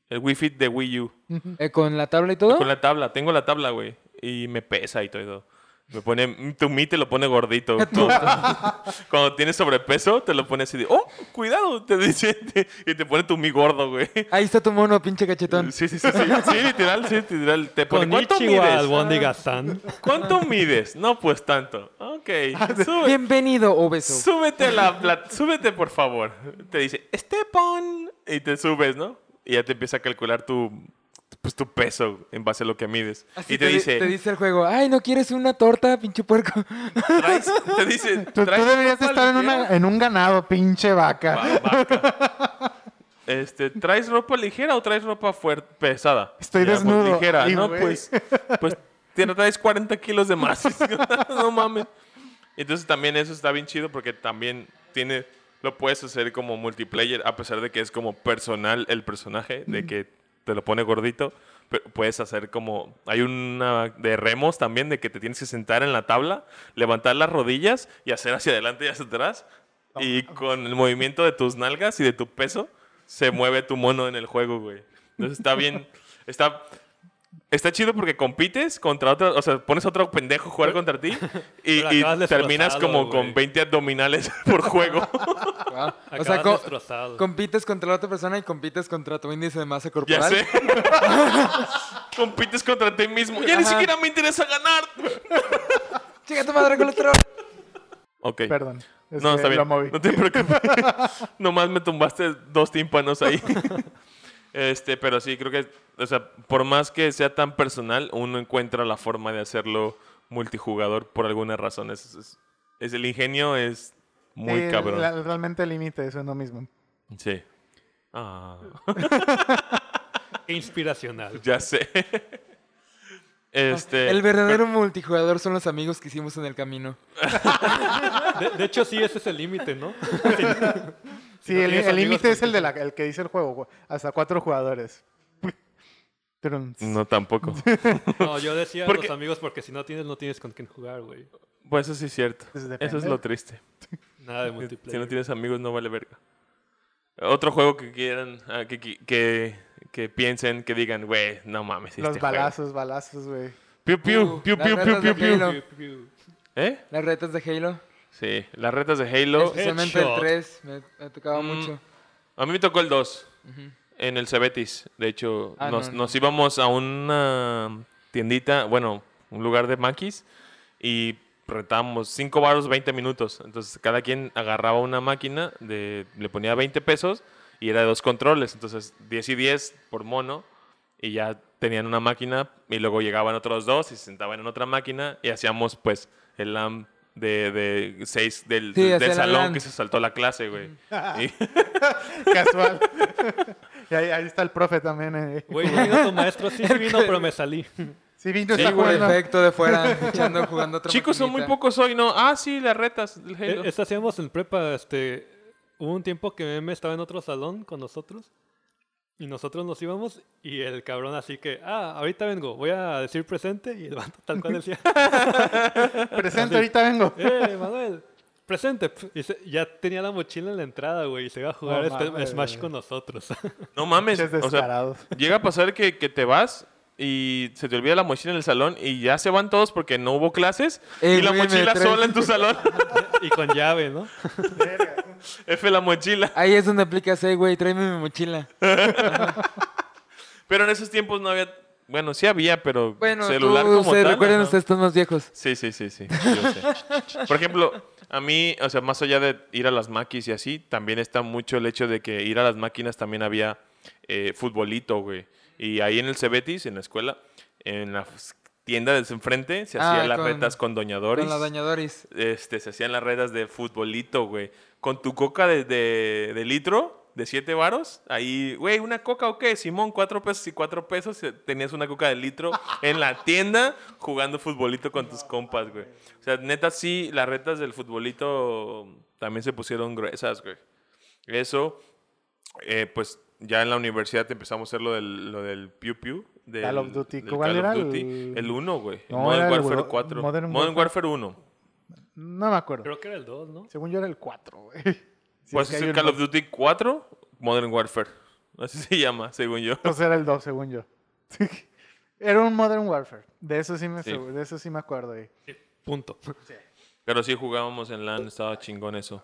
El Wii Fit de Wii U.
Eh, ¿Con la tabla y todo?
Con la tabla, tengo la tabla, güey. Y me pesa y todo. y todo. Me pone, mm, tu mi te lo pone gordito. Cuando, [laughs] cuando tienes sobrepeso, te lo pone así de, oh, cuidado, te dice, te- y te pone tu mi gordo, güey.
Ahí está tu mono, pinche cachetón.
Sí, sí, sí, sí, sí, literal, sí, literal. Te pone,
Con
¿cuánto
Ichiwa,
mides?
Albóndiga-san.
[laughs] ¿Cuánto mides? No, pues tanto. Ok, sube-
Bienvenido, obeso.
súbete a la, pla- súbete, por favor. Te dice, Stepan, y te subes, ¿no? Y ya te empieza a calcular tu, pues, tu peso en base a lo que mides.
Así
y te,
di-
dice,
Te dice el juego, ay, ¿no quieres una torta, pinche puerco? [laughs]
traes- te dice,
Tú, tú
traes
deberías
ropa
estar en, una-
ligera.
en un ganado, pinche vaca.
Va- vaca. Este, ¿traes ropa ligera o traes ropa fuerte, pesada?
Estoy
pues,
desnudo.
ligera,
Ay,
¿no?
güey.
Pues, pues te traes 40 kilos de más. [laughs] no mames. Entonces también eso está bien chido porque también tiene, lo puedes hacer como multiplayer, a pesar de que es como personal el personaje, de que te lo pone gordito. Pero puedes hacer como, hay una de remos también, de que te tienes que sentar en la tabla, levantar las rodillas y hacer hacia adelante y hacia atrás. Y con el movimiento de tus nalgas y de tu peso, se mueve tu mono en el juego, güey. Entonces está bien, está, Está chido porque compites contra otro, o sea, pones a otro pendejo a jugar contra ti y,
Pero
y
acabas destrozado,
terminas como con
güey.
20 abdominales [laughs] por juego.
Wow. O
Acabas
sea, co-
destrozado.
compites contra la otra persona y compites contra tu índice de masa
ya
corporal.
sé. [laughs] compites contra ti mismo. Ya ni
Ajá.
siquiera me interesa ganar.
Chica tu madre, colesterol.
Ok.
Perdón. es
no,
que
está bien.
Lo moví.
No te
[laughs]
preocupes. Nomás me tumbaste dos tímpanos ahí. este, pero sí, creo que, o sea, por más que sea tan personal, uno encuentra la forma de hacerlo multijugador por alguna razón. Es, es- es el ingenio es muy
Sí,
cabrón.
la- realmente el límite es uno mismo.
Sí. Ah,
Qué inspiracional.
ya sé. [laughs] Este.
El verdadero multijugador son los amigos que hicimos en el camino.
De, de hecho, sí, ese es el límite,
[laughs]
¿no?
Sí,
no
el-
tienes
el
amigos,
límite es
pues,
el, de la, el que dice el juego. Hasta cuatro jugadores. Trun.
No,
[laughs]
tampoco.
No, yo decía
Porque-
los amigos porque si no tienes, no tienes con quién jugar, güey.
Pues eso sí es cierto.
Pues
Eso es
depende.
lo triste.
Nada de
Si no
multiplayer.
tienes amigos, no vale verga. Otro juego que quieran, ah, que, que, que- que piensen, que digan, güey, no mames.
Los
este juego".
balazos, balazos, güey.
Piu, piu,
Uh,
piu,
las
piu, piu, piu,
retas de
piu.
Halo.
Piu, piu.
¿Eh?
Las retas de Halo.
Sí, las retas de Halo.
Especialmente
Headshot.
el 3. Me, me tocaba
Mm.
mucho.
A mí me tocó el 2.
Ujú.
En el Cebetis. De hecho,
Ah,
nos,
no, no.
nos íbamos a una tiendita, bueno, un lugar de maquis y rentábamos 5 baros 20 minutos. Entonces, cada quien agarraba una máquina, de, le ponía 20 pesos y era de dos controles. Entonces, 10 y 10 por mono y ya tenían una máquina y luego llegaban otros dos y se sentaban en otra máquina y hacíamos, pues, el LAM de, de seis del,
Sí,
del
hacía la
salón
LAN.
que se saltó la clase, güey. Y-
Casual. [laughs] y ahí, ahí está el profe también. eh.
Güey, no vino tu maestro, sí, sí vino, pero me
[laughs]
salí.
Sí, Vinto
Sí,
está
güey.
Por
jugando.
efecto de fuera, echando, jugando otra
Chicos, son muy
maquinita.
pocos hoy, ¿no? Ah, sí, las retas del Halo.
Eh, Esto hacíamos en prepa, este, hubo un tiempo que Meme estaba en otro salón con nosotros y nosotros nos íbamos y el cabrón así que, ah, ahorita vengo, voy a decir presente y el vato tal cual
[laughs]
decía,
Presente, ahorita
Pues,
vengo.
eh, Manuel, presente. pf, Y se- ya tenía la mochila en la entrada, güey, y se iba a jugar
No
este
mames,
Smash
güey.
con nosotros. [laughs]
no mames.
Pinches
O sea,
descarados.
llega a pasar que, que te vas y se te olvida la mochila en el salón y ya se van todos porque no hubo clases
Eh,
y la
güey, me
mochila
traes- [laughs]
sola en tu salón.
y con llave, ¿no?
F la mochila.
Ahí es donde aplicas, eh, güey, tráeme mi mochila.
Pero en esos tiempos no había... Bueno, sí había, pero
Bueno,
celular
tú,
como
se
tal,
recuerden
¿no?
ustedes, están más viejos.
Sí, sí, sí, sí. yo sé. Por ejemplo, a mí, o sea, más allá de ir a las maquis y así, también está mucho el hecho de que ir a las máquinas también había eh, futbolito, güey. Y ahí en el Cebetis, en la escuela, en la f- tienda de enfrente, se
Ah,
hacían las
con-
retas con Doña Doris.
Con la doña Doris.
Este, se hacían las retas de futbolito, güey. Con tu coca de, de- de litro, de siete varos, ahí, güey, ¿una coca o qué? Simón, cuatro pesos y cuatro pesos. eh, Tenías una coca de litro en la tienda jugando futbolito con tus compas, güey. O sea, neta, sí, las retas del futbolito también se pusieron gruesas, güey. Eso, eh, pues ya en la universidad empezamos a hacer lo del, lo del Pew Pew. Del,
Call of Duty.
del
¿Cuál
Call of
era
Duty.
el-
El 1, güey.
No,
Modern
era el
Warfare
Wo-
4.
Modern
Modern Warfare 1.
No me acuerdo.
Creo que era el 2, ¿no?
Según yo era el 4, güey. [laughs] Si
Pues
que
es
hay
el
un
Call of
dos.
Duty 4, Modern Warfare. [laughs] Así se llama, según yo.
Entonces pues era el 2, según yo. [laughs] era un Modern Warfare. De eso sí me,
Sí.
asegu- De eso sí me acuerdo. güey.
Punto.
Pero sí jugábamos en LAN, estaba chingón eso.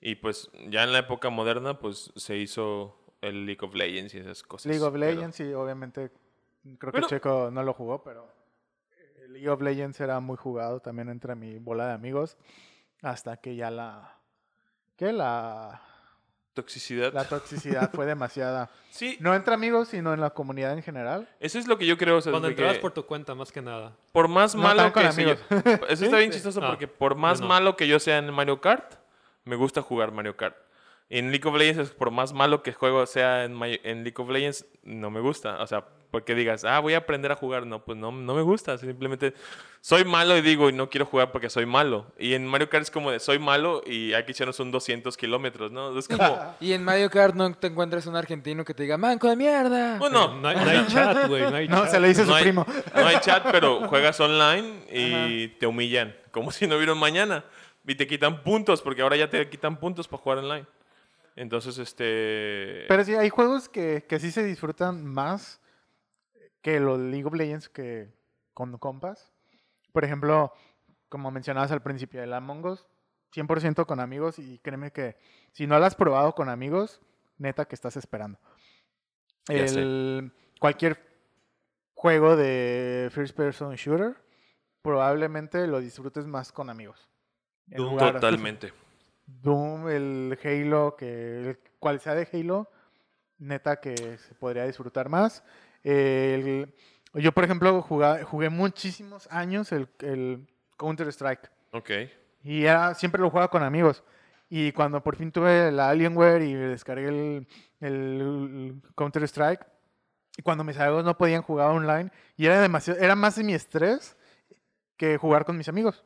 Y pues ya en la época moderna, pues se hizo el League of Legends y esas cosas.
League of
pero-
Legends, y obviamente creo que
Pero-
Checo no lo jugó, pero el League of Legends era muy jugado también entre mi bola de amigos. Hasta que ya la. ¿Qué? La.
Toxicidad.
La toxicidad
[laughs]
fue demasiada.
Sí,
No entre amigos, sino en la comunidad en general.
eso es lo que yo creo. o sea,
Cuando
de que
entrabas por tu cuenta, más que nada.
por más
No
malo
tan con
que sea-
amigos.
[laughs] Eso está bien chistoso
Ah,
porque por más
yo no.
malo que yo sea en Mario Kart, me gusta jugar Mario Kart. En League of Legends, por más malo que juego sea en, May- en League of Legends, no me gusta. O sea, porque digas, ah, voy a aprender a jugar. No, pues no, no me gusta. Simplemente soy malo y digo, y no quiero jugar porque soy malo. Y en Mario Kart es como de, soy malo y hay que echarnos un 200 kilómetros, ¿no? Es
[laughs]
como,
Y en Mario Kart no te encuentras un argentino que te diga, manco de mierda.
bueno,
No hay, no hay chat, güey. No hay
No,
chat.
se lo dice su
no hay, Eh,
primo.
no hay chat, pero juegas online y te humillan, como si no vieron mañana. Y te quitan puntos, porque ahora ya te quitan puntos para jugar online. Entonces, este...
Pero sí, hay juegos que, que sí se disfrutan más que los League of Legends que con compas. Por ejemplo, como mencionabas al principio, el Among Us, 100% con amigos y créeme que si no lo has probado con amigos, neta que estás esperando.
Ya sé.
El- cualquier juego de First Person Shooter, probablemente lo disfrutes más con amigos. En
Doom.
lugar-
totalmente. [laughs]
Doom, el Halo, que el cual sea de Halo, neta que se podría disfrutar más. El- yo, por ejemplo, jugá- jugué muchísimos años el, Counter-Strike
Ok.
y era, siempre lo jugaba con amigos. Y cuando por fin tuve la Alienware y descargué el, Counter-Strike, y cuando mis amigos no podían jugar online, y era demasiado, era más de mi estrés que jugar con mis amigos.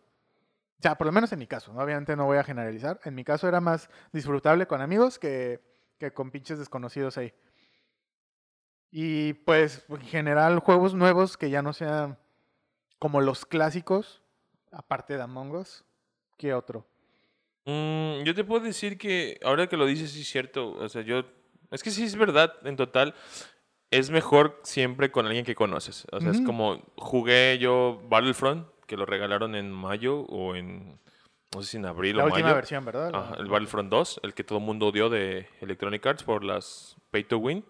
O sea, por lo menos en mi caso, ¿no? obviamente no voy a generalizar. En mi caso era más disfrutable con amigos que, que con pinches desconocidos ahí. Y pues, en general, juegos nuevos que ya no sean como los clásicos, aparte de Among Us, ¿qué otro?
Mm, yo te puedo decir que, ahora que lo dices, sí es cierto. O sea, yo... Es que sí es verdad, en total, es mejor siempre con alguien que conoces. O sea, es
Ujú.
como jugué yo Battlefront, que lo regalaron en mayo o en... No sé si en abril
La
o
última
mayo.
versión, ¿verdad? La-
Ajá, el Battlefront 2, el que todo el mundo odió de Electronic Arts por las pay to win.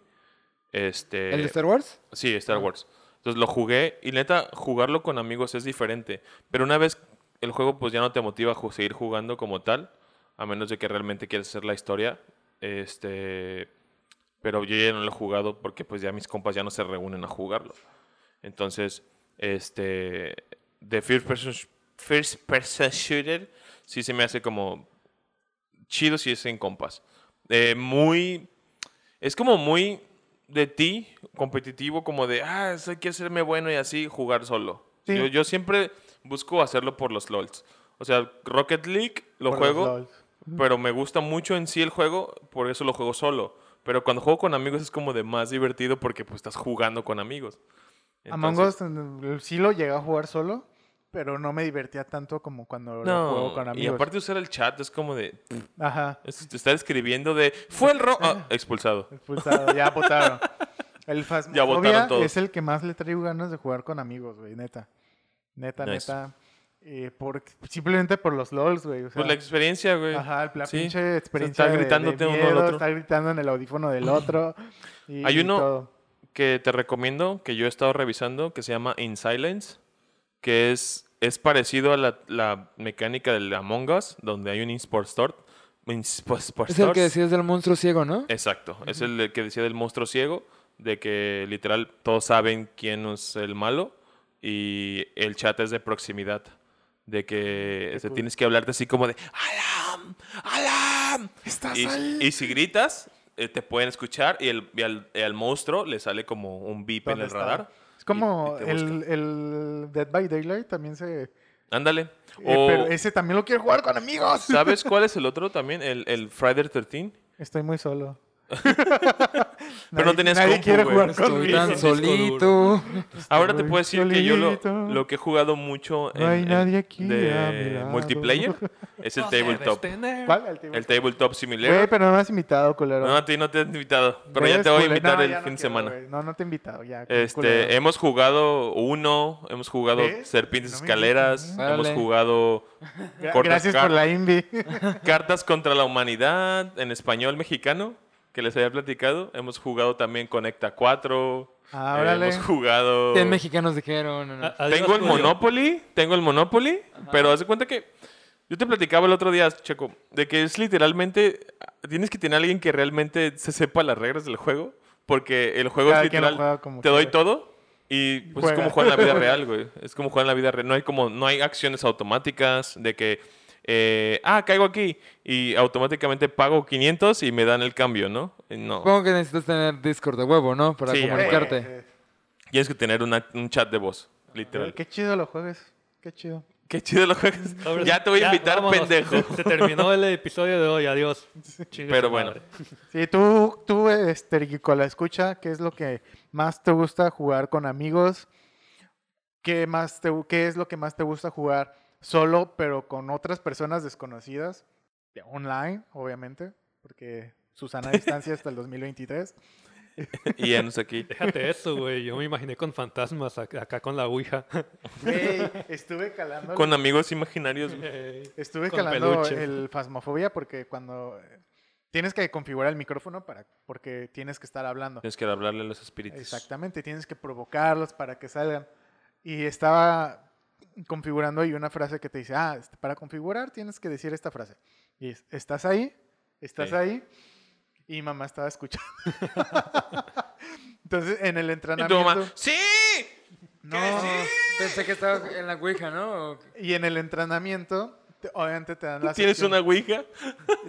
Este,
¿El de Star Wars?
Sí, Star Wars. Entonces lo jugué y neta, jugarlo con amigos es diferente. Pero una vez el juego pues ya no te motiva a ju- seguir jugando como tal, a menos de que realmente quieras hacer la historia. Este, pero yo ya no lo he jugado porque pues ya mis compas ya no se reúnen a jugarlo. Entonces, este, de First Person, sh- first person Shooter sí se me hace como chido si es en compas. Eh, muy es como muy de ti, competitivo, como de, ah, eso hay que hacerme bueno y así jugar solo.
Sí.
Yo, yo siempre busco hacerlo por los LOLs. O sea, Rocket League lo
por los
juego,
LOLs.
pero me gusta mucho en sí el juego, por eso lo juego solo. Pero cuando juego con amigos es como de más divertido porque pues estás jugando con amigos.
Among
Entonces-
Us mm, sí lo llegué a jugar solo, pero no me divertía tanto como cuando lo
No,
juego con
y
amigos.
aparte usar el chat es como de,
Ajá,
es- te estar escribiendo de, fue el ro... ah,
[laughs]
expulsado.
expulsado, ya votaron. El Phasmophobia
todos.
es el que más le traigo ganas de jugar con amigos, güey, neta. Neta,
Nice.
neta. Eh, por, simplemente por los LOLs, güey. o sea,
Pues la experiencia, güey.
Ajá, la
Sí.
pinche experiencia.
Estar
de- de
gritándote uno al
miedo,
otro.
Estar gritando en el audífono
[clears throat]
del otro. y
Hay uno-
todo.
que te recomiendo, que yo he estado revisando, que se llama In Silence, que es, es parecido a la, la mecánica del Among Us, donde hay un Insportstore.
Es el que decides del monstruo ciego, ¿no?
Exacto, es el de- que decía del monstruo ciego, de que literal todos saben quién es el malo y el chat es de proximidad, de que
Qué
se
cool.
tienes que hablarte así como de ¡Alam! ¡Alam!
Estás ahí.
Y, y si gritas, eh, te pueden escuchar y, el, y al, y al monstruo le sale como un bip en
¿Dónde
el
está?
radar.
Es como
y te
el, el Dead by Daylight también se. eh,
Ándale. O,
pero ese también lo quiero jugar con amigos.
¿Sabes cuál es el otro también? El, el Friday 13.
[laughs] Estoy
[laughs]
muy solo. [laughs]
no
Nadie-
tenías
Nadie
compu,
quiere
güey.
jugar
Estoy
conmigo.
tan
Disco duro.
solito.
Ahora te
muy
puedo decir que yo lo,
solito.
lo que he jugado mucho en,
No hay
en-
nadie aquí a mi
de
lado.
multiplayer es el
No debes
tabletop.
este-
tener.
¿Cuál? El table-
El tabletop
Güey,
simulator.
pero no me has invitado, culero.
No, a ti no te han invitado, pero ya
Eres
te voy a
culero.
invitar
No,
el
ya no
fin de
quiero,
semana.
güey. No, no te he invitado, ya. qué culero.
Este, hemos jugado Uno, hemos jugado
¿Ves?
Serpientes
No me
Escaleras,
invitas.
hemos
Órale.
jugado
Gra-
cortas
Gracias por
car-
la invi.
Eh, Cartas contra la Humanidad en español mexicano, que les había platicado. Hemos jugado también Conecta 4.
Ah,
eh,
órale.
hemos jugado...
En
Ah,
mexicanos dijeron. no, no.
A- adiós,
Tengo el
Julio.
Monopoly, tengo el Monopoly, pero haz de cuenta que Yo te platicaba el otro día, Checo, de que es literalmente. Tienes que tener a alguien que realmente se sepa las reglas del juego. Porque el juego
Cada
es
quien lo
literal.
juega como
te doy
quiere.
todo. Y pues es
Juega.
como jugar en la
[laughs]
vida real, güey. Es como jugar en la vida real. No hay como. No hay acciones automáticas de que. eh, ah, caigo aquí. Y automáticamente pago 500 y me dan el cambio, ¿no? No.
Supongo que necesitas tener Discord de huevo, ¿no? Para
Sí, a huevo.
comunicarte.
Eh,
Tienes que tener una- un chat de voz.
eh,
Literal.
qué chido los juegues. Qué chido.
Qué chido lo juegas.
Ahora sí,
Ya te voy a invitar,
vámonos.
pendejo.
Se, se terminó el episodio de hoy, adiós. Chingue
Pero
su
bueno.
madre.
Sí, tú, tú, este, la escucha, ¿qué es lo que más te gusta jugar con amigos? ¿Qué, más te, ¿Qué es lo que más te gusta jugar solo, pero con otras personas desconocidas? De- Online, obviamente, porque Susana a distancia hasta el 2023.
Y ya no sé aquí.
Déjate eso, güey. Yo me imaginé con fantasmas ac- acá con la ouija.
Güey, estuve calando,
Con amigos imaginarios. güey.
Eh,
estuve
con
calando
peluche.
el Fasmofobia porque cuando eh, tienes que configurar el micrófono para porque tienes que estar hablando.
Tienes que hablarle a los espíritus.
Exactamente, tienes que provocarlos para que salgan. Y estaba configurando y una frase que te dice, ah, este, para configurar tienes que decir esta frase. Y es, estás ahí, estás
Sí.
ahí. Y mamá estaba escuchando. [laughs] Entonces, en el
Y
entrenamiento...
tu mamá, ¡sí!
No,
eh,
Pensé que estaba en la Ouija, ¿no? O-
y en el entrenamiento, te- obviamente te dan las
¿Tienes
opciones.
una ouija?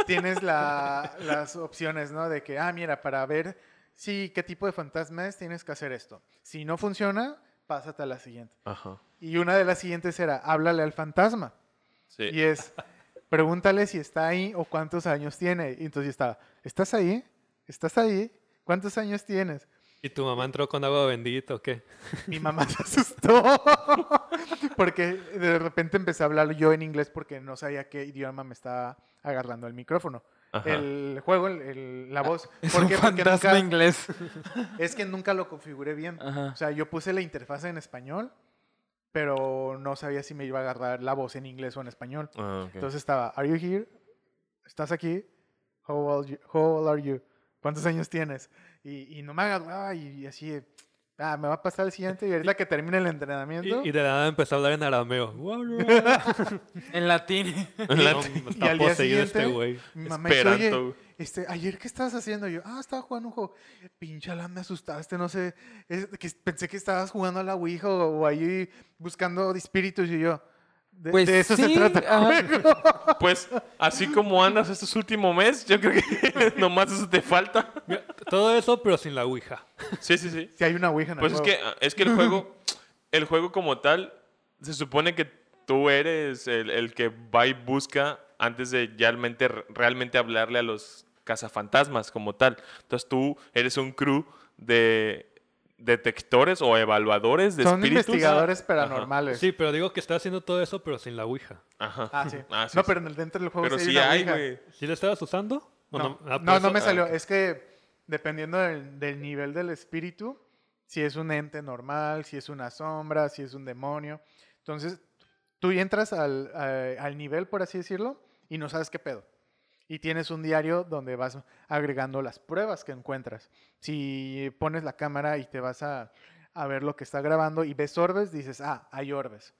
tienes la- las opciones, ¿no? De que, ah, mira, para ver si qué tipo de fantasma es, tienes que hacer esto. Si no funciona, pásate a la siguiente.
Ajá.
Y una de las siguientes era, háblale al fantasma.
Sí.
Y es, pregúntale si está ahí o cuántos años tiene. Y entonces yo estaba, ¿estás ahí? ¿Estás ahí? ¿Cuántos años tienes?
¿Y tu mamá entró con agua bendita o qué?
Mi mamá se asustó [laughs] porque de repente empecé a hablar yo en inglés porque no sabía qué idioma me estaba agarrando el micrófono.
Ajá.
El juego, el- el- la voz.
Ah, [laughs] Es
¿Por
un
qué? Porque
fantasma
nunca-
inglés. Ah.
es que nunca lo configuré bien.
Ajá.
O sea, yo puse la interfaz en español, pero no sabía si me iba a agarrar la voz en inglés o en español.
Ah, ok.
Entonces estaba, ¿Are you here? ¿Estás aquí? How old, you- how old are you? ¿Cuántos años tienes? Y, y no me agarraba y así, eh, ah, me va a pasar el siguiente y ahorita que termine el
Y,
entrenamiento.
y
Y,
de la nada empezó a hablar en arameo.
En latín.
[laughs] La-
No,
y al día
poseído este
siguiente-
güey.
mi mamá dice, "Oye,
Esperanto, güey.
este, ayer qué estabas haciendo Y yo, ah, estaba jugando un juego. Pinchala, me asustaste, no sé, es que pensé que estabas jugando a la Ouija o, o ahí buscando espíritus y yo. De,
Pues
de eso
sí,
se trata. el
ajá.
juego".
Pues, así como andas este último mes, yo creo que [laughs] nomás eso te falta.
Mira, todo eso, pero sin la ouija.
Sí, sí, sí.
Si hay una Ouija en el
Pues es
juego.
que, es que el juego, el juego como tal, se supone que tú eres el, el que va y busca antes de ya realmente, realmente hablarle a los cazafantasmas como tal. Entonces tú eres un crew de detectores o evaluadores de
Son
espíritus.
investigadores paranormales.
Sí, pero digo que está haciendo todo eso, pero sin la ouija.
Ajá.
Ah, sí.
Ah, sí,
no,
sí.
pero en el dentro del juego
Pero
sí hay
sí
una
hay,
Ouija.
güey.
¿Sí la estabas usando? ¿O
No,
Ah,
no,
pues
no
eso-
me
ah,
salió.
ok.
Es que dependiendo del, del nivel del espíritu, si es un ente normal, si es una sombra, si es un demonio. Entonces, tú entras al, a- al nivel, por así decirlo, y no sabes qué pedo. Y tienes un diario donde vas agregando las pruebas que encuentras. Si pones la cámara y te vas a, a ver lo que está grabando y ves orbes, dices, ah, hay orbes.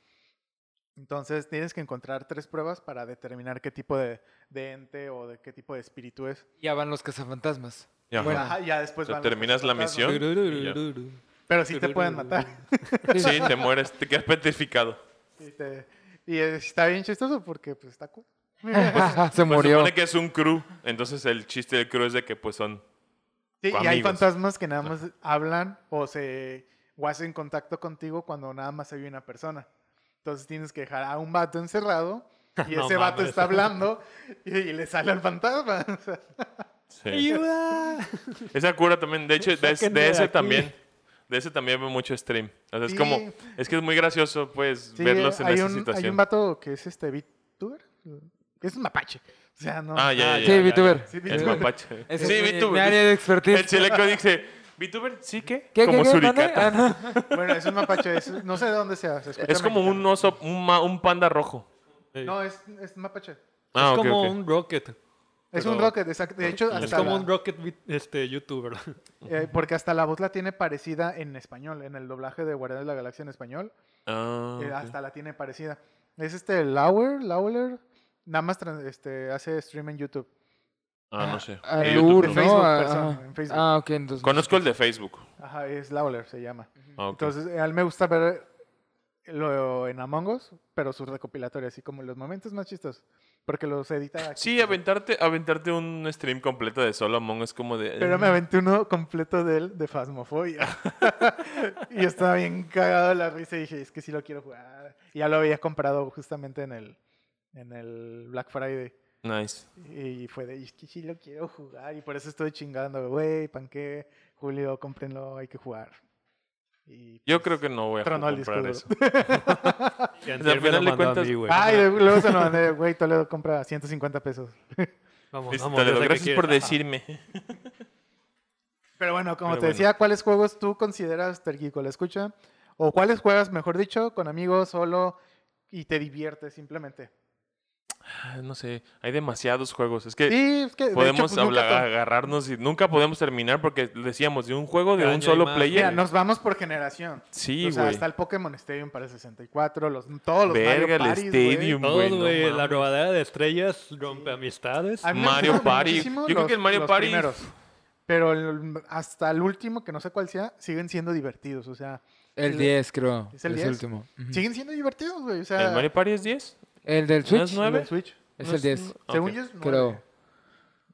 Entonces tienes que encontrar tres pruebas para determinar qué tipo de, de ente o de qué tipo de espíritu es.
Ya van los cazafantasmas.
Ajá.
Bueno,
Ajá, ya después
O sea,
van los
terminas la
fantasmas.
misión.
Pero sí te pueden matar.
[laughs]
Sí,
[laughs]
te mueres, te quedas petrificado.
Y, te- y está bien chistoso porque pues está cool.
Se
Pues se
murió.
supone que es un crew, entonces el chiste del crew es de que pues son...
Sí,
O
y hay
amigos.
fantasmas que nada más hablan o se o hacen contacto contigo cuando nada más hay una persona. Entonces tienes que dejar a un vato encerrado [laughs] y
No
ese vato
mames.
está hablando y, y le sale al fantasma. [laughs] O sea,
sí. Esa cura también, de hecho, de,
Sáquenme
de
de
ese
aquí.
también. De ese también veo mucho stream. O sea, es
Sí.
como, es que es muy gracioso, pues,
sí,
verlos en
hay,
esa
un, hay
situación.
un vato que es este VTuber. Es un mapache. O sea, no.
Ah, ya,
Ah,
ya,
Sí,
ya, ya.
VTuber.
Sí,
El
VTuber.
mapache.
Ese
sí,
es mi- mi área
VTuber.
de
El
expertise.
cheleco dice, ¿VTuber? ¿Sí qué?
¿Qué,
como
qué, qué, mande?
suricata.
Ah,
[laughs]
no.
Bueno, es un mapache. es- no sé de dónde sea. se escucha
Es como un
mexicano.
oso, un, ma- un panda rojo.
Sí.
No, es, es mapache.
Ah,
es
ok,
como
ok.
un rocket.
Es
Pero-
un rocket, exacto. De hecho,
Es
hasta
como
la-
un rocket vi-
[laughs]
este, youtuber.
eh, porque hasta la voz la tiene parecida en español, en el doblaje de Guardianes de la Galaxia en español,
Ah,
eh,
ok.
hasta la tiene parecida. Es este Lauer, Lawler, Nada más tran- este, hace stream en YouTube.
Ah, no sé.
A
En
YouTube,
Lur,
no.
en Facebook,
¿no? Ah,
perdón,
ah.
en Facebook.
Ah, ok, entonces.
Conozco el de Facebook.
Ajá, es Lawler, se llama.
Ah, ok.
Entonces, eh, a mí me gusta ver lo en Among Us, pero su recopilatoria, así como los momentos más chistosos. Porque los edita. aquí.
Sí, aventarte, aventarte un stream completo de solo Among es como de.
Pero me aventé uno completo de él, de Fasmofobia. [laughs] y yo estaba bien cagado de la risa y dije, es que sí lo quiero jugar. Y ya lo había comprado justamente en el, en el Black Friday.
Nice.
Y fue de, es que sí lo quiero jugar. Y por eso estoy chingando, güey, panqué, Julio, cómprenlo, hay que jugar. Y pues,
Yo creo que no voy a
Tronó el
comprar eso.
disco
Y antier me
final
lo
de
mandó a
cuentas-
mí, güey.
Ay, luego se lo mandé, güey, Toledo compra 150 pesos.
Vamos,
Listo,
vamos, yo sé que
este, gracias por
quieres.
decirme.
Pero bueno, como
Pero
te
bueno.
decía, ¿cuáles juegos tú consideras Terquico la escucha? ¿O cuáles juegas, mejor dicho, con amigos, solo y te diviertes simplemente?
Ah, No sé, hay demasiados juegos. Es que
Sí, es que de hecho,
Eh, podemos
pues, nunca
hablar-
to-
agarrarnos y nunca podemos terminar porque decíamos de un juego de
Cada
un
año hay
solo
más,
player.
Mira, nos vamos por generación.
Sí,
o sea,
güey.
hasta el Pokémon Stadium para el 64, los, todos los
Verga, el
Mario Parties, güey.
Stadium, güey.
Todos,
no
güey, la
mames.
robadera de estrellas rompe amistades.
A mí me
Mario
gustaban
Party.
muchísimo
Yo creo que el Mario Party-
primeros. Pero el- hasta el último, que no sé cuál sea, siguen siendo divertidos. O sea,
El 10, creo.
¿Es el
es
10?
último. Ujú.
siguen siendo divertidos, güey. O sea,
¿El Mario Party es 10?
El
¿No
del
es
Switch.
9?
el Switch.
Es el 10,
Según yo es nueve.
creo.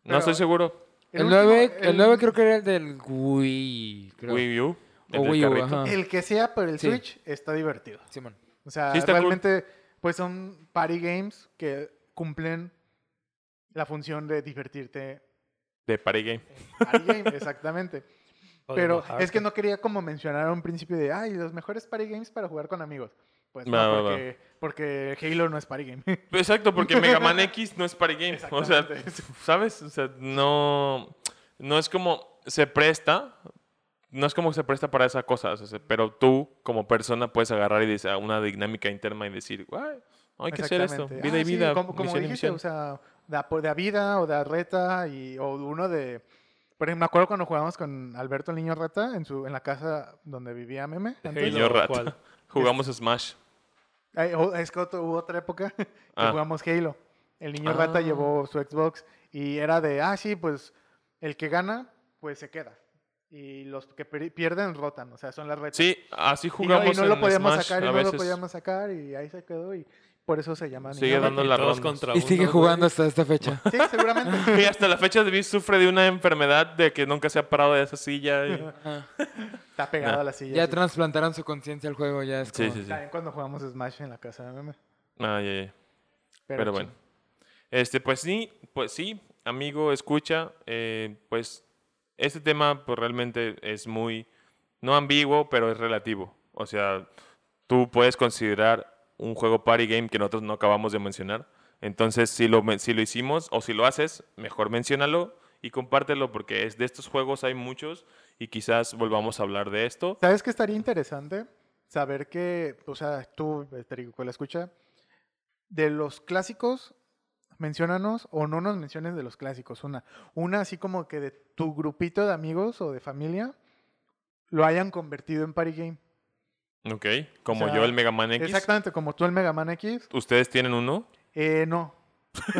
No estoy seguro.
El,
último,
9, el... 9 creo que era el del Wii. Creo.
Wii U.
O
El del
Wii U,
carrito.
ajá.
El que sea por el
Sí.
Switch está divertido.
Simón.
O sea,
Sí, está cool.
realmente, pues son party games que cumplen la función de divertirte.
De Party Game. [laughs]
Party game, exactamente.
Joder,
Pero
mojarte. [laughs]
es que no quería como mencionar a un principio de, ay, los mejores party games para jugar con amigos. Pues
Va, va,
no,
va.
porque, porque Halo no es party game.
Exacto, porque Mega
[laughs]
Man X no es Party Game. O sea,
Exactamente.
¿sabes? O sea, no, no es como se presta. No es como se presta para esas cosas, pero tú como persona puedes agarrar y dice, una dinámica interna y decir, "Guay, [laughs] hay que hacer esto,
Exactamente.
vida
Ah,
y
sí,
vida,
como, como
misión y
dijiste,
misión.
o sea, de a, po- de a vida o de a reta y, o uno de... Por ejemplo, me acuerdo cuando jugábamos con Alberto el Niño Rata en, su, en la casa donde vivía Meme. antes.
Halo,
Niño rata.
¿cuál?
Jugamos Smash.
Ay, o- es que otro- hubo otra época [laughs] que
Ah.
jugamos Halo. El Niño Rata
Ah.
llevó su Xbox y era de, ah, sí, pues el que gana, pues se queda. Y los que per- pierden rotan, o sea, son las retas.
Sí, así
Y no-
jugamos
y no, lo
en
podíamos
Smash
sacar y
a
no
veces. [laughs]
lo podíamos sacar y ahí se quedó y por eso se llama
Sigue
Niño Rata.
dando
Y
la
todos
ronda.
contra
Y sigue
uno,
jugando hasta esta fecha.
Sí, seguramente.
Y hasta la fecha de Viz sufre de una enfermedad de que nunca se ha parado de esa
[laughs]
silla. y-
Ajá.
Está pegado
[laughs] Nah.
a la silla.
Ya
sí.
trasplantaron su conciencia al juego, ya es como...
Sí, sí, sí.
También cuando jugamos Smash en la casa de meme.
Ah, ya, ya.
Pero,
Pero, bueno. Este, pues sí, pues sí, amigo, escucha, eh, pues este tema pues, realmente es muy, no ambiguo, pero es relativo. O sea, tú puedes considerar un juego party game que nosotros no acabamos de mencionar. Entonces, si lo, men- si lo hicimos o si lo haces, mejor menciónalo y compártelo porque es de estos juegos hay muchos y quizás volvamos a hablar de esto.
¿Sabes qué estaría interesante? Saber que, o sea, tú, eh, Perico, que la escucha, de los clásicos, menciónanos o no nos menciones de los clásicos. Una, una así como que de tu grupito de amigos o de familia lo hayan convertido en party game.
Ok, como
O sea,
yo el Mega Man X.
Exactamente, como tú el Mega Man X.
¿Ustedes tienen uno?
Eh, no. [laughs]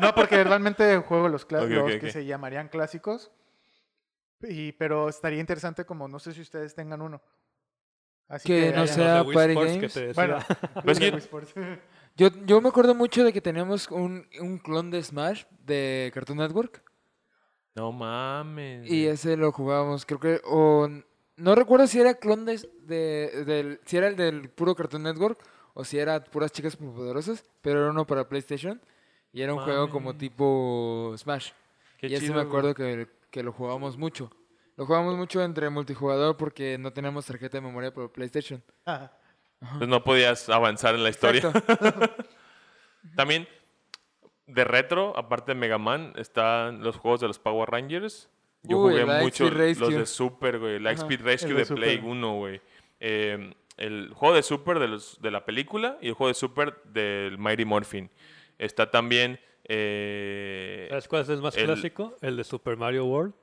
no, porque realmente juego los, cla-
Ok, ok,
los que
ok.
se llamarían clásicos. Y, pero estaría interesante como, no sé si ustedes tengan uno. Así
Que no
Los
hayan-
de
sea
Wii
party
Sports que
games.
te decía.
Bueno, [laughs]
Pues
de
que-
Wii Sports.
Yo, yo me acuerdo mucho de que teníamos un, un clon de Smash de Cartoon Network
No mames.
y ese lo jugábamos, creo que... O, no recuerdo si era clon de, de- del, si era el del puro Cartoon Network o si era puras chicas poderosas, pero era uno para PlayStation y era un juego como
Mames.
tipo Smash.
Ah, Qué
y ese
chido,
me
güey.
acuerdo que, que lo jugábamos mucho. Lo jugábamos mucho entre multijugador porque no teníamos tarjeta de memoria para PlayStation.
Ajá.
Pues no podías avanzar en la historia.
Exacto.
[laughs] También, de retro, aparte de Mega Man, están los juegos de los Power Rangers. Yo
Uy,
jugué
el Lightspeed
mucho los
Rescue.
de Super, güey. El
Ajá,
Lightspeed Rescue
el de
de Play
Super.
1, güey. Eh, el juego de Super de, los- de la película y el juego de Super del Mighty Morphin. Está también... eh,
[laughs] ¿Sabes cuál es el más
El-
clásico? El de Super Mario World.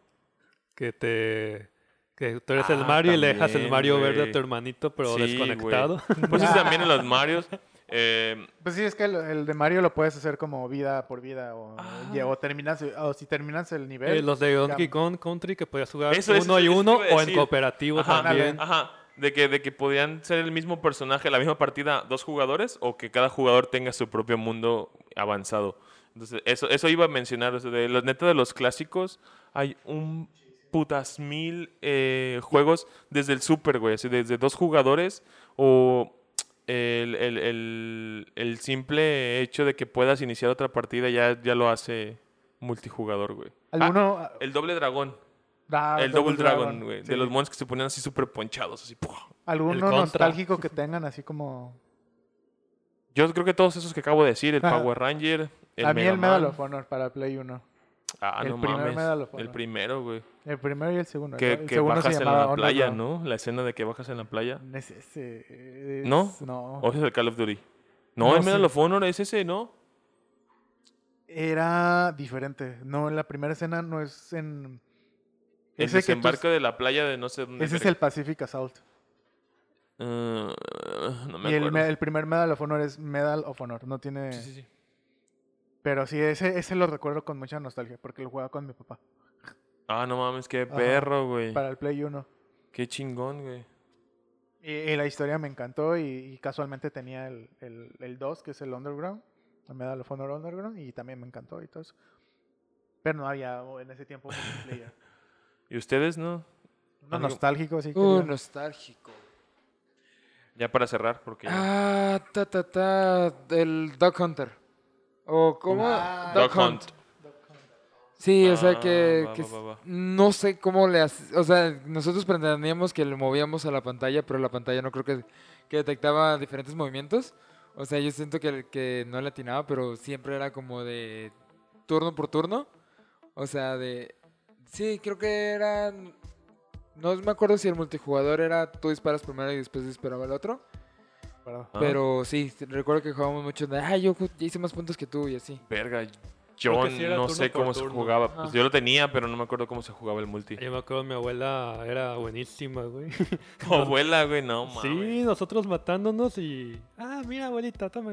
Que te. Que tú eres el
Ah,
Mario y le dejas el
también,
Mario verde a
güey.
tu hermanito, pero
Sí, güey.
[laughs]
desconectado.
Pues eso también en los Marios. Eh,
Pues sí, es que el, el de Mario lo puedes hacer como vida por vida o,
Ah.
y- o terminas, o si terminas el nivel.
Eh, los de Donkey Kong
cam-
Country que podías jugar
Eso, eso,
uno y
eso te
uno
iba a
o en
decir.
cooperativo
ajá,
también.
ajá. De que, de que podían ser el mismo personaje, la misma partida, dos jugadores, o que cada jugador tenga su propio mundo avanzado. Entonces, eso, eso iba a mencionar. o sea, de los neta de los clásicos, hay un putas mil eh, juegos desde el Super, güey. Así, desde dos jugadores o el, el- el- el simple hecho de que puedas iniciar otra partida ya, ya lo hace multijugador, güey. Ah,
¿Alguno?
el doble dragón.
Ah,
El Double Dragon, güey.
sí.
De los monos que se ponían así súper ponchados, así. ¡pua!
El
¿Alguno
Contra.
nostálgico que tengan así como...
Yo creo que todos esos que acabo de decir, el
Ajá.
Power Ranger, [laughs] el
a mí
Mega
el Medal
Man.
of Honor para Play 1.
Ah,
el
no
primer
mames.
Medal of
el
Honor.
primero, güey.
El primero y el segundo.
Que,
el
que
segundo se
bajas en
llamaba
la
Honor,
playa,
¿no?
¿no? La escena de que bajas en la playa.
Es ese, es-
¿No?
No.
O ese es el Call of Duty. No,
No
el Medal
sé.
of Honor es ese, ¿no?
Era diferente. No, la primera escena no es en...
El
Ese que tú-
desembarco de la playa de no sé dónde.
ese es
verga.
el Pacific Assault.
Ah, no me
Y el,
acuerdo.
me- el primer Medal of Honor es Medal of Honor. No tiene...
Sí, sí, sí.
Pero sí, ese, ese lo recuerdo con mucha nostalgia porque lo jugaba con mi papá.
Ah, no mames, qué
Ajá.
perro, güey.
Para el Play 1.
Qué chingón, güey.
Y, y la historia me encantó y, y casualmente tenía el, el, el 2, que es el Underground, el Medal of Honor Underground, y también me encantó y todo eso. Pero no había oh, en ese tiempo [laughs] multiplayer.
¿Y ustedes, no?
Uno
Amigo.
nostálgico, así que...
Uh,
diga.
nostálgico.
Ya para cerrar, porque. ya-
Ah, ta, ta, ta. El Duck Hunter. ¿O cómo?
Ah,
Duck Hunt.
Sí, o sea
Ah,
que,
va,
que
va, va, va.
no sé cómo le hace, o sea, nosotros pretendíamos que le movíamos a la pantalla, pero la pantalla no creo que, que detectaba diferentes movimientos. O sea, yo siento que, que no le atinaba, pero siempre era como de turno por turno. O sea, de... Sí, creo que era... No me acuerdo si el multijugador era tú disparas primero y después disparaba el otro.
Perdón.
Ah.
Pero sí, recuerdo que jugábamos mucho de, ay, yo ju- hice más puntos que tú y así.
Verga, yo
sí era
no
turno
sé
por
cómo se
turno.
jugaba. Pues
Ajá.
yo lo tenía, pero no me acuerdo cómo se jugaba el multi.
Yo me acuerdo, mi abuela era buenísima, güey.
Tu abuela, güey, no mames.
Sí, nosotros matándonos y. Ah, mira, abuelita, toma.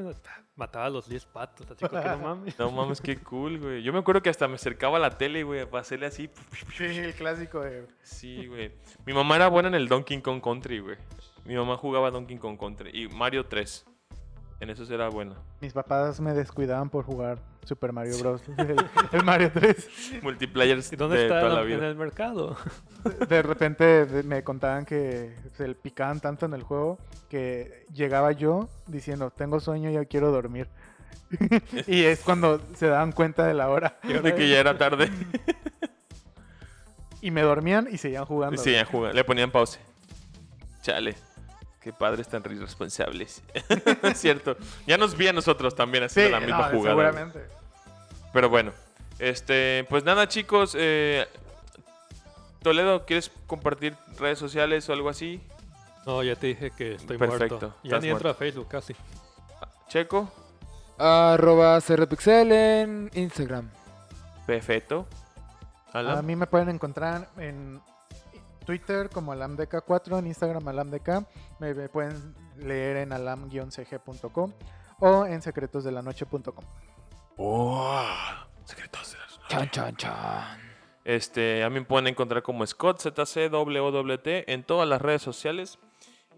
Mataba a los 10 patos, así como que
[laughs]
no mames.
No mames, qué cool, güey. Yo me acuerdo que hasta me acercaba a la tele, güey, para hacerle así.
Sí, el clásico de...
Sí, güey. Mi mamá era buena en el Donkey Kong Country, güey. Mi mamá jugaba Donkey Kong Country y Mario 3. En eso era buena.
Mis papás me descuidaban por jugar Super Mario Bros. [laughs] El, el Mario 3.
Multiplayers
¿Y dónde
de
está
toda la
en- en
vida.
el mercado? [laughs]
De repente de- me contaban que se le picaban tanto en el juego que llegaba yo diciendo, tengo sueño, ya quiero dormir. [laughs] y es cuando se daban cuenta de la hora.
De que ya era tarde.
Y me dormían y seguían jugando.
Sí, ya jugaba. Le ponían pause. Chale. Qué padres tan irresponsables. [laughs] es cierto. Ya nos vi a nosotros también haciendo la misma
no,
jugada. güey.
Seguramente.
Pero bueno, este, pues nada, chicos. eh, Toledo, ¿quieres compartir redes sociales o algo así?
No, ya te dije que estoy
Perfecto,
muerto. Ya
estás
ni entro a Facebook casi.
Checo,
Arroba CRPixel en Instagram.
perfecto. Alan,
A mí me pueden encontrar en Twitter como alamdk4, en Instagram alamdk. Me, me pueden leer en alam-cg.com o en secretosdelanoche.com.
secretos de las-
Chan, chan, chan.
Este, a mí me pueden encontrar como Scott ZCWWT en todas las redes sociales.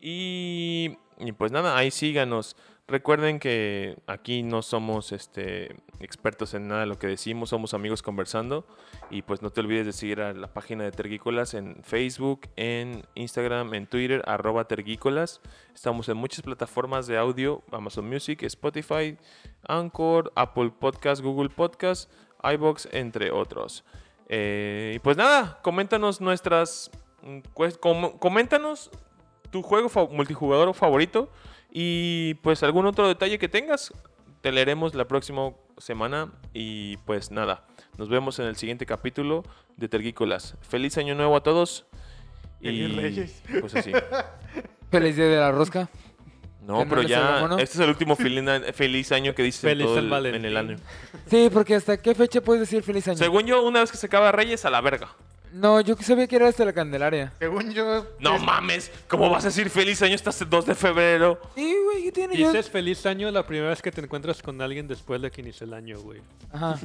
Y, y pues nada, ahí síganos. Recuerden que aquí no somos este, expertos en nada de lo que decimos, somos amigos conversando. Y pues no te olvides de seguir a la página de Tergícolas en Facebook, en Instagram, en Twitter, arroba Tergícolas. Estamos en muchas plataformas de audio, Amazon Music, Spotify, Anchor, Apple Podcast, Google Podcast, iBox, entre otros. Eh, y pues nada, coméntanos nuestras... mm, cues- com- coméntanos tu juego fa- multijugador favorito y pues algún otro detalle que tengas. Te leeremos la próxima semana y pues nada, nos vemos en el siguiente capítulo de Tergícolas. Feliz año nuevo a todos.
Feliz Reyes.
Pues
[laughs]
así.
Feliz día de la rosca.
No,
¿Que no
pero
les
ya,
hablamos, no?
este es el último feliz, feliz año que dice
Feliz
todo
San
el- en
Valentín.
el año.
Sí, porque hasta qué fecha puedes decir feliz año.
Según yo, una vez que se acaba Reyes, a la verga.
No, yo sabía que era hasta la Candelaria.
Según yo.
No
es-
mames, ¿cómo vas a decir feliz año hasta el 2 de febrero?
Sí, güey, ¿qué tiene yo?
Dices feliz año la primera vez que te encuentras con alguien después de que inicia el año, güey.
Ajá.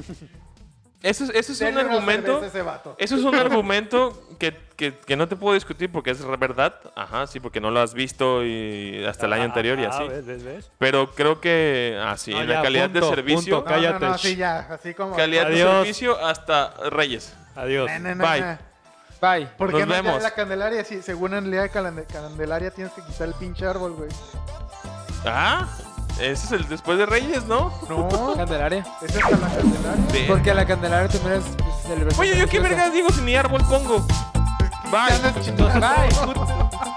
Eso, es- eso es un
Denle una
argumento.
cerveza a ese vato.
Eso es un argumento que, que- que no te puedo discutir porque es verdad. Ajá, sí, porque no lo has visto y hasta el año anterior y
Ah,
así.
¿ves, ves, ves?
Pero creo que así,
No,
en
ya,
la calidad de
punto,
servicio.
punto, cállate.
No, no, no, sí, ya. Así como.
Calidad de
Adiós.
servicio hasta Reyes.
Adiós.
Na, na, na,
Bye.
na.
Bye.
¿Por
Nos
qué no
vemos.
vemos. la Candelaria? Si según en la Calande- Candelaria tienes que quitar el pinche árbol, güey.
Ah, ese es el después de Reyes, ¿no?
No,
Candelaria.
esa es hasta la Candelaria.
Ver-
Porque la Candelaria también es pues, celebración.
Oye, ¿yo qué
religiosa.
verga digo si ni árbol pongo? Bye.
Ya andas chingando.
Bye.
Put-